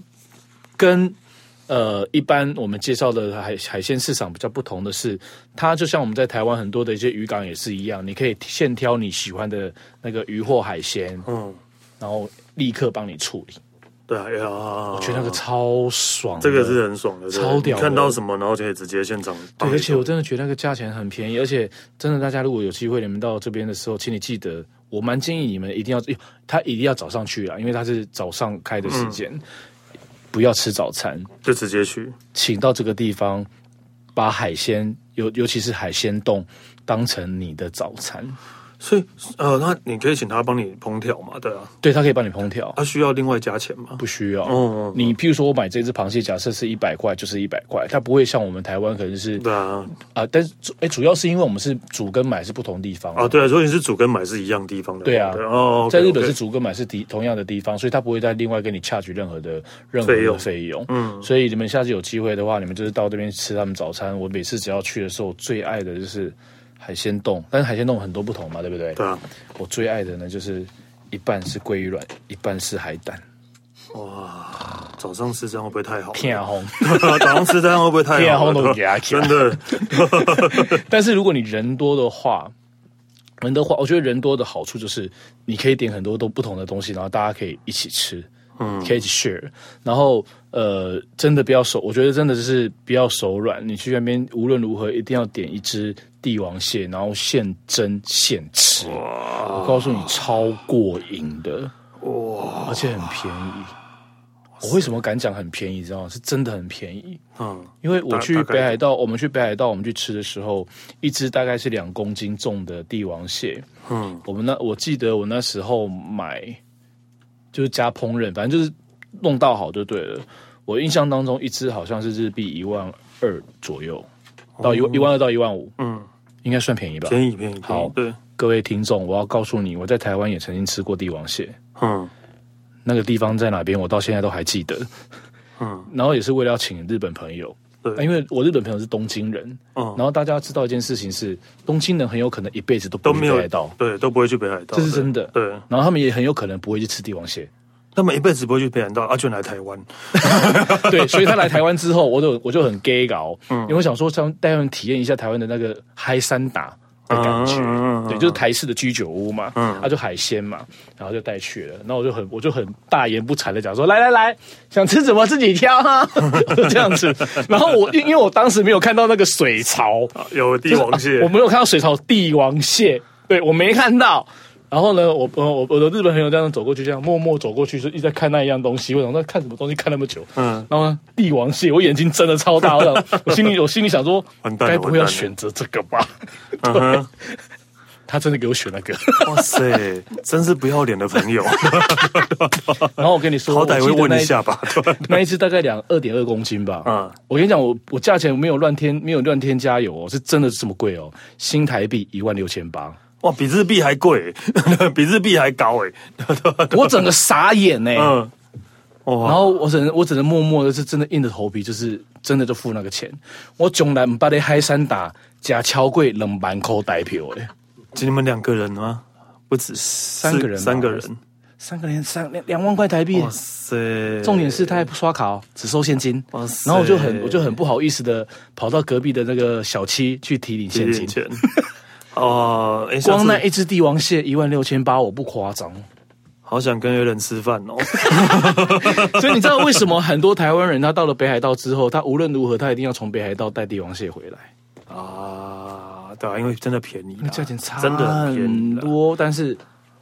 Speaker 2: 跟呃，一般我们介绍的海海鲜市场比较不同的是，它就像我们在台湾很多的一些渔港也是一样，你可以现挑你喜欢的那个鱼或海鲜，
Speaker 1: 嗯，
Speaker 2: 然后立刻帮你处理，
Speaker 1: 对啊，哎呀，我
Speaker 2: 觉得那个超爽的。
Speaker 1: 这个是很爽的，对
Speaker 2: 超屌的
Speaker 1: 你看到什么，然后就可以直接现场帮
Speaker 2: 对，
Speaker 1: 你做。
Speaker 2: 而且我真的觉得那个价钱很便宜，而且真的大家如果有机会你们到这边的时候，请你记得，我蛮建议你们一定要，哎他一定要早上去啊，因为他是早上开的
Speaker 1: 嗯
Speaker 2: 时间，不要吃早餐，
Speaker 1: 就直接去，
Speaker 2: 请到这个地方把海鲜，尤尤其是海鲜冻，当成你的早餐。
Speaker 1: 所以呃，那你可以请他帮你烹调嘛，对啊，
Speaker 2: 对，它可以帮你烹调，
Speaker 1: 他需要另外加钱吗？
Speaker 2: 不需要。
Speaker 1: 嗯，
Speaker 2: 你譬如说我买这只螃蟹，假设是一百块，就是一百块，它不会像我们台湾可能是
Speaker 1: 对啊，
Speaker 2: 啊、但是主哎、主要是因为我们是煮跟买是不同地方
Speaker 1: 啊，对啊，所以你是煮跟买是一样地方的，
Speaker 2: 对啊
Speaker 1: 哦，
Speaker 2: 在日本是
Speaker 1: OK，OK
Speaker 2: 主跟买是地同样的地方，所以他不会再另外跟你洽取任何的任何
Speaker 1: 费
Speaker 2: 的
Speaker 1: 用
Speaker 2: 费用。嗯，所以你们下次有机会的话，你们就是到这边吃他们早餐。我每次只要去的时候，我最爱的就是海鲜冻，但是海鲜冻很多不同嘛，对不对？
Speaker 1: 对啊，
Speaker 2: 我最爱的呢就是一半是鲑鱼卵，一半是海胆，
Speaker 1: 哇，早上吃这样会不会太好？
Speaker 2: 片红。
Speaker 1: [laughs] 早上吃这样会不会太
Speaker 2: 骗啊
Speaker 1: 好
Speaker 2: 红
Speaker 1: 了？ [laughs]
Speaker 2: 都给他
Speaker 1: 哎真的，
Speaker 2: [laughs] 但是如果你人多的话，人的话，我觉得人多的好处就是你可以点很多都不同的东西，然后大家可以一起吃，嗯，可以一起 share。然后呃，真的不要手，我觉得真的就是不要手软。你去那边无论如何一定要点一只帝王蟹，然后现蒸现吃。我告诉你，超过瘾的哇，而且很便宜。我为什么敢讲很便宜？你知道吗？是真的很便宜。
Speaker 1: 嗯，
Speaker 2: 因为我
Speaker 1: 大
Speaker 2: 去
Speaker 1: 大概
Speaker 2: 北海道，我们去北海道，我们去吃的时候，一只大概是两公斤重的帝王蟹。
Speaker 1: 嗯，
Speaker 2: 我们那我记得我那时候买，就是加烹饪，反正就是弄到好就对了。我印象当中，一只好像是日币一万二左右，到一一万二到一万五，
Speaker 1: 嗯，
Speaker 2: 应该算便宜吧？
Speaker 1: 哦便宜便宜，便宜
Speaker 2: 好
Speaker 1: 对，
Speaker 2: 各位听众，我要告诉你，我在台湾也曾经吃过帝王蟹，
Speaker 1: 嗯
Speaker 2: 那个地方在哪边，我到现在都还记得。
Speaker 1: 嗯，
Speaker 2: 然后也是为了要请日本朋友，
Speaker 1: 对
Speaker 2: 啊因为我日本朋友是东京人，
Speaker 1: 嗯，
Speaker 2: 然后大家知道一件事情是，东京人很有可能一辈子都不
Speaker 1: 都
Speaker 2: 会
Speaker 1: 没
Speaker 2: 北海
Speaker 1: 有
Speaker 2: 道，
Speaker 1: 对，都不会去北海道，
Speaker 2: 这是
Speaker 1: 对
Speaker 2: 真的
Speaker 1: 对，
Speaker 2: 然后他们也很有可能不会去吃帝王
Speaker 1: [laughs]
Speaker 2: 蟹。
Speaker 1: 他们一辈子不会去北海道，而且来台湾，
Speaker 2: 对，所以他来台湾之后，我就我就很 gay 搞，
Speaker 1: 嗯
Speaker 2: 因为我想说，想带他们体验一下台湾的那个嗨三打。的感觉，
Speaker 1: 嗯嗯嗯嗯嗯
Speaker 2: 对，就是台式的居酒屋嘛，啊，就海鲜嘛，然后就带去了，然后我就很我就很大言不惭的讲说，来来来，想吃什么自己挑哈、我 [laughs] 就这样子。然后我因因为我当时没有看到那个水槽，
Speaker 1: 有帝王蟹
Speaker 2: [laughs] 我，没有看到水槽帝王蟹，对我没看到。然后呢，我呃我我我的日本朋友这样走过去，这样默默走过去，就一直在看那一样东西。我想说看什么东西看那么久，
Speaker 1: 嗯，
Speaker 2: 然后呢，帝王蟹，我眼睛睁的超大，
Speaker 1: [laughs]
Speaker 2: 我想我心里我心里想说
Speaker 1: 完，蛋了
Speaker 2: 该不会
Speaker 1: 完蛋
Speaker 2: 要
Speaker 1: 了
Speaker 2: 选择这个吧？
Speaker 1: 嗯哼，
Speaker 2: 他真的给我选那个。
Speaker 1: 哇 [laughs] 塞，真是不要脸的朋 [laughs] 友，
Speaker 2: 然后我跟你说，
Speaker 1: 好歹会
Speaker 2: 我记得
Speaker 1: 问
Speaker 2: 那
Speaker 1: 一下
Speaker 2: [laughs]
Speaker 1: 吧，对
Speaker 2: 那一只大概两二点二公斤吧。
Speaker 1: 嗯
Speaker 2: 我跟你讲，我我价钱没有乱添没有乱添加油哦，是真的是这么贵哦，新台币一万六千八。
Speaker 1: 哇，比日币还贵， [laughs] 比日币还高哎， [laughs]
Speaker 2: 我整个傻眼呢、欸
Speaker 1: 嗯，哇
Speaker 2: 然，后我只能我只能默默的，是真的硬着头皮，就是真的就付那个钱。我从来唔把你海山打假超贵冷板扣代票诶，
Speaker 1: 你们两个人吗？不止三
Speaker 2: 三个人吧
Speaker 1: 三个人，
Speaker 2: 三个人三两两万块台币耶
Speaker 1: 哇。塞，
Speaker 2: 重点是他还不刷卡、哦，只收现金。
Speaker 1: 哇塞
Speaker 2: 然后我就很我就很不好意思的跑到隔壁的那个小七去提领现
Speaker 1: 一
Speaker 2: 金
Speaker 1: 点。钱。 [laughs] 哦，哎、下
Speaker 2: 光
Speaker 1: 次
Speaker 2: 那一只帝王蟹一万六千八，我不夸
Speaker 1: [laughs]
Speaker 2: 张。
Speaker 1: 好想跟有人吃饭哦。
Speaker 2: 所以你知道为什么很多台湾人他到了北海道之后，他无论如何他一定要从北海道带帝王蟹回来？
Speaker 1: 啊，对啊，因为真的便宜啦，
Speaker 2: 那价钱差
Speaker 1: 真的很便宜
Speaker 2: 很
Speaker 1: 啦，
Speaker 2: 多，但是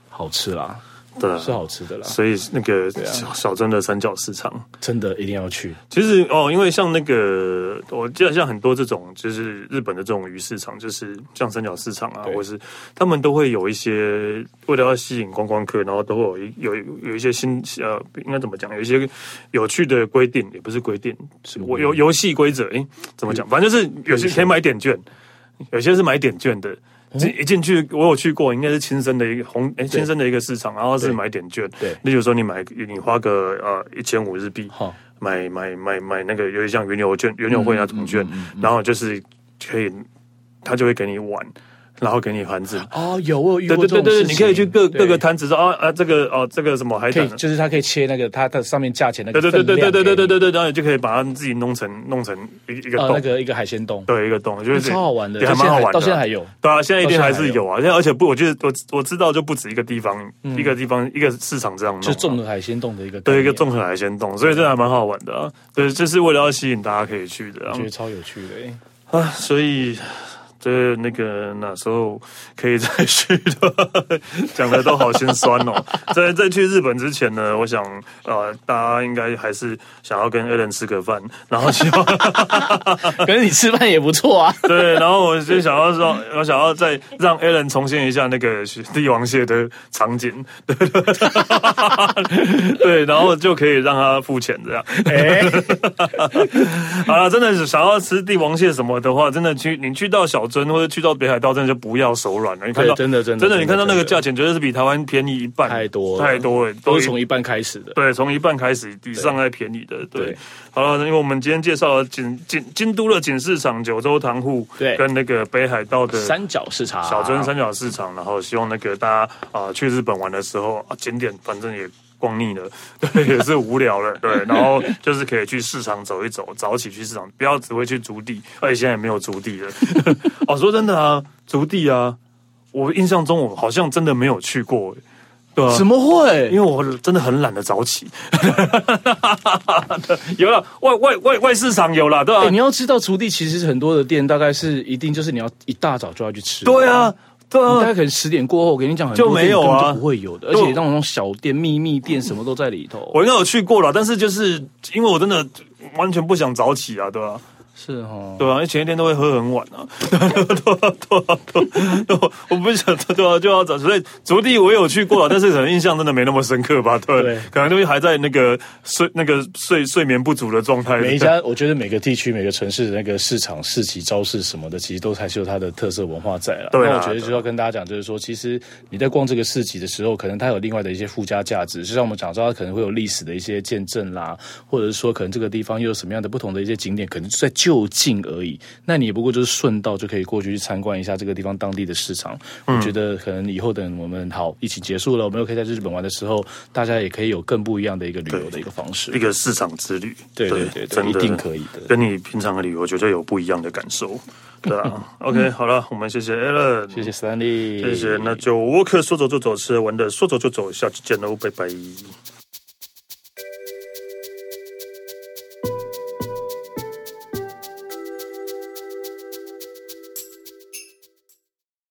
Speaker 2: 好吃啦，
Speaker 1: 对啊
Speaker 2: 是。好吃的啦，
Speaker 1: 所以那个
Speaker 2: 啊
Speaker 1: 小小镇的三角市场，
Speaker 2: 真的一定要去。
Speaker 1: 其实哦，因为像那个，我记得像很多这种，就是日本的这种鱼市场，就是像三角市场啊，
Speaker 2: 对
Speaker 1: 或是他们都会有一些为了要吸引观光客，然后都会有一有有一些新呃，应该怎么讲，有一些有趣的规定，也不是规定，是
Speaker 2: 嗯
Speaker 1: 我游游戏规则，诶，怎么讲？反正就是有些可以买点券，有些是买点券的。
Speaker 2: 嗯
Speaker 1: 进一进去，我有去过，应该是亲身的一个红诶，亲身的一个市场，然后是买点券。
Speaker 2: 对
Speaker 1: 例如说你买你花个呃一千五日币，
Speaker 2: 好，嗯
Speaker 1: 买买买买那个有点像原油券、原油会那种券，然后就是可以，他就会给你碗，然后给你盘子。
Speaker 2: 哦，有我有遇
Speaker 1: 对
Speaker 2: 过
Speaker 1: 对对
Speaker 2: 这种
Speaker 1: 对，
Speaker 2: 事
Speaker 1: 你
Speaker 2: 情
Speaker 1: 可以去各
Speaker 2: 对
Speaker 1: 各个摊子说啊啊，这个哦、这个什么海
Speaker 2: 可以
Speaker 1: 胆，，
Speaker 2: 就是它可以切那个它的上面价钱那
Speaker 1: 对
Speaker 2: 个
Speaker 1: 对对对对对对对
Speaker 2: 对，
Speaker 1: 对对，然后你就可以把它自己弄成弄成一一个
Speaker 2: 呃，
Speaker 1: 洞，
Speaker 2: 那个一个海鲜冻，
Speaker 1: 对一个洞，就是
Speaker 2: 超好玩的，
Speaker 1: 也
Speaker 2: 到
Speaker 1: 还
Speaker 2: 现
Speaker 1: 蛮
Speaker 2: 在
Speaker 1: 好玩的，
Speaker 2: 还到现在还有。
Speaker 1: 对啊，现在一定还是
Speaker 2: 到现在还有嗯
Speaker 1: 有啊，现在而且不，我觉得我我知道就不止一个地方，一个地方一个市场这样弄啊，
Speaker 2: 就综合海鲜冻的一个概
Speaker 1: 对
Speaker 2: 念，
Speaker 1: 一个综合海鲜洞，所以这还蛮好玩的啊。对，这是为了要吸引大家可以去的啊
Speaker 2: 我觉。得超有趣的欸。
Speaker 1: 啊，所以这那个哪时候可以再去的？ [laughs] 讲的都好心酸哦。在在去日本之前呢，我想呃，大家应该还是想要跟 Alan 吃个饭，然后希望
Speaker 2: 可是你吃饭也不错啊。
Speaker 1: 对，然后我就想要说，我想要再让 Alan 重现一下那个帝王蟹的场景，对对，然后就可以让他付钱这样。
Speaker 2: 哎，
Speaker 1: 好了，真的是想要吃帝王蟹什么的话，真的去你去到小樽或者去到北海道，真的就不要手软了。你看到
Speaker 2: 对真的真的
Speaker 1: 真的，你看到那
Speaker 2: 真
Speaker 1: 个
Speaker 2: 的
Speaker 1: 价钱，绝对是比台湾便宜一半，
Speaker 2: 太多了
Speaker 1: 太多了，
Speaker 2: 都
Speaker 1: 一
Speaker 2: 是从一半开始的。
Speaker 1: 对，从一半开始以上再便宜的。对
Speaker 2: 对，
Speaker 1: 好了，因为我们今天介绍了锦锦京都的锦市场、九州堂户，
Speaker 2: 对
Speaker 1: 跟那个北海道的
Speaker 2: 三角市场，
Speaker 1: 小樽三角市场，然后希望那个大家啊、去日本玩的时候啊，景点反正也。逛腻了， [laughs] 对，也是无聊了，对，然后就是可以去市场走一走，早起去市场，不要只会去竹地，而且现在也没有竹地了。 [laughs] 哦，说真的啊，竹地啊，我印象中我好像真的没有去过，对啊，
Speaker 2: 怎么会？
Speaker 1: 因为我真的很懒得早起。 [laughs] 有了外外外外市场有了，对吧、
Speaker 2: 哎你要知道，竹地其实很多的店大概是一定就是你要一大早就要去吃。
Speaker 1: 对啊，对
Speaker 2: 大
Speaker 1: 啊，
Speaker 2: 概可能十点过后，我跟你讲，很多
Speaker 1: 就没有啊
Speaker 2: 店根本就不会有的，而且那种小店、秘密店什么都在里头。
Speaker 1: 我应该有去过了，但是就是因为我真的完全不想早起啊，对吧、
Speaker 2: 是哦，
Speaker 1: 对啊，因为前一天都会喝很晚啊， [laughs] 对啊对啊对啊对啊对啊，我不想对啊就要早，所以竹地我有去过了，但是可能印象真的没那么深刻吧，对，
Speaker 2: 对
Speaker 1: 可能就还在那个睡那个睡睡眠不足的状 [laughs] 态。
Speaker 3: 每一家，我觉得每个地区、每个城市的那个市场、市集、招式什么的，其实都还是有它的特色文化在了。
Speaker 1: 对啊
Speaker 3: 那我觉得就要跟大家讲，就是说，其实你在逛这个市集的时候，可能它有另外的一些附加价值，就像我们讲到，它可能会有历史的一些见证啦，或者是说，可能这个地方又有什么样的不同的一些景点，可能就在就近而已。那你也不过就是顺道就可以过去去参观一下这个地方当地的市场。
Speaker 1: 嗯
Speaker 3: 我觉得可能以后等我们好疫情结束了，我们又可以在日本玩的时候，大家也可以有更不一样的一个旅游的一个方式
Speaker 1: 一。个市场之旅，
Speaker 3: 对对对对一定可以的
Speaker 1: 跟你平常的旅游绝对有不一样的感受，对
Speaker 3: [laughs]
Speaker 1: 啊。OK，好了，我们谢谢 Alan，
Speaker 3: 谢谢 Stanley，
Speaker 1: 谢谢，那就 Walker 说走就走，吃了玩的说走就走，下次见喽，拜拜。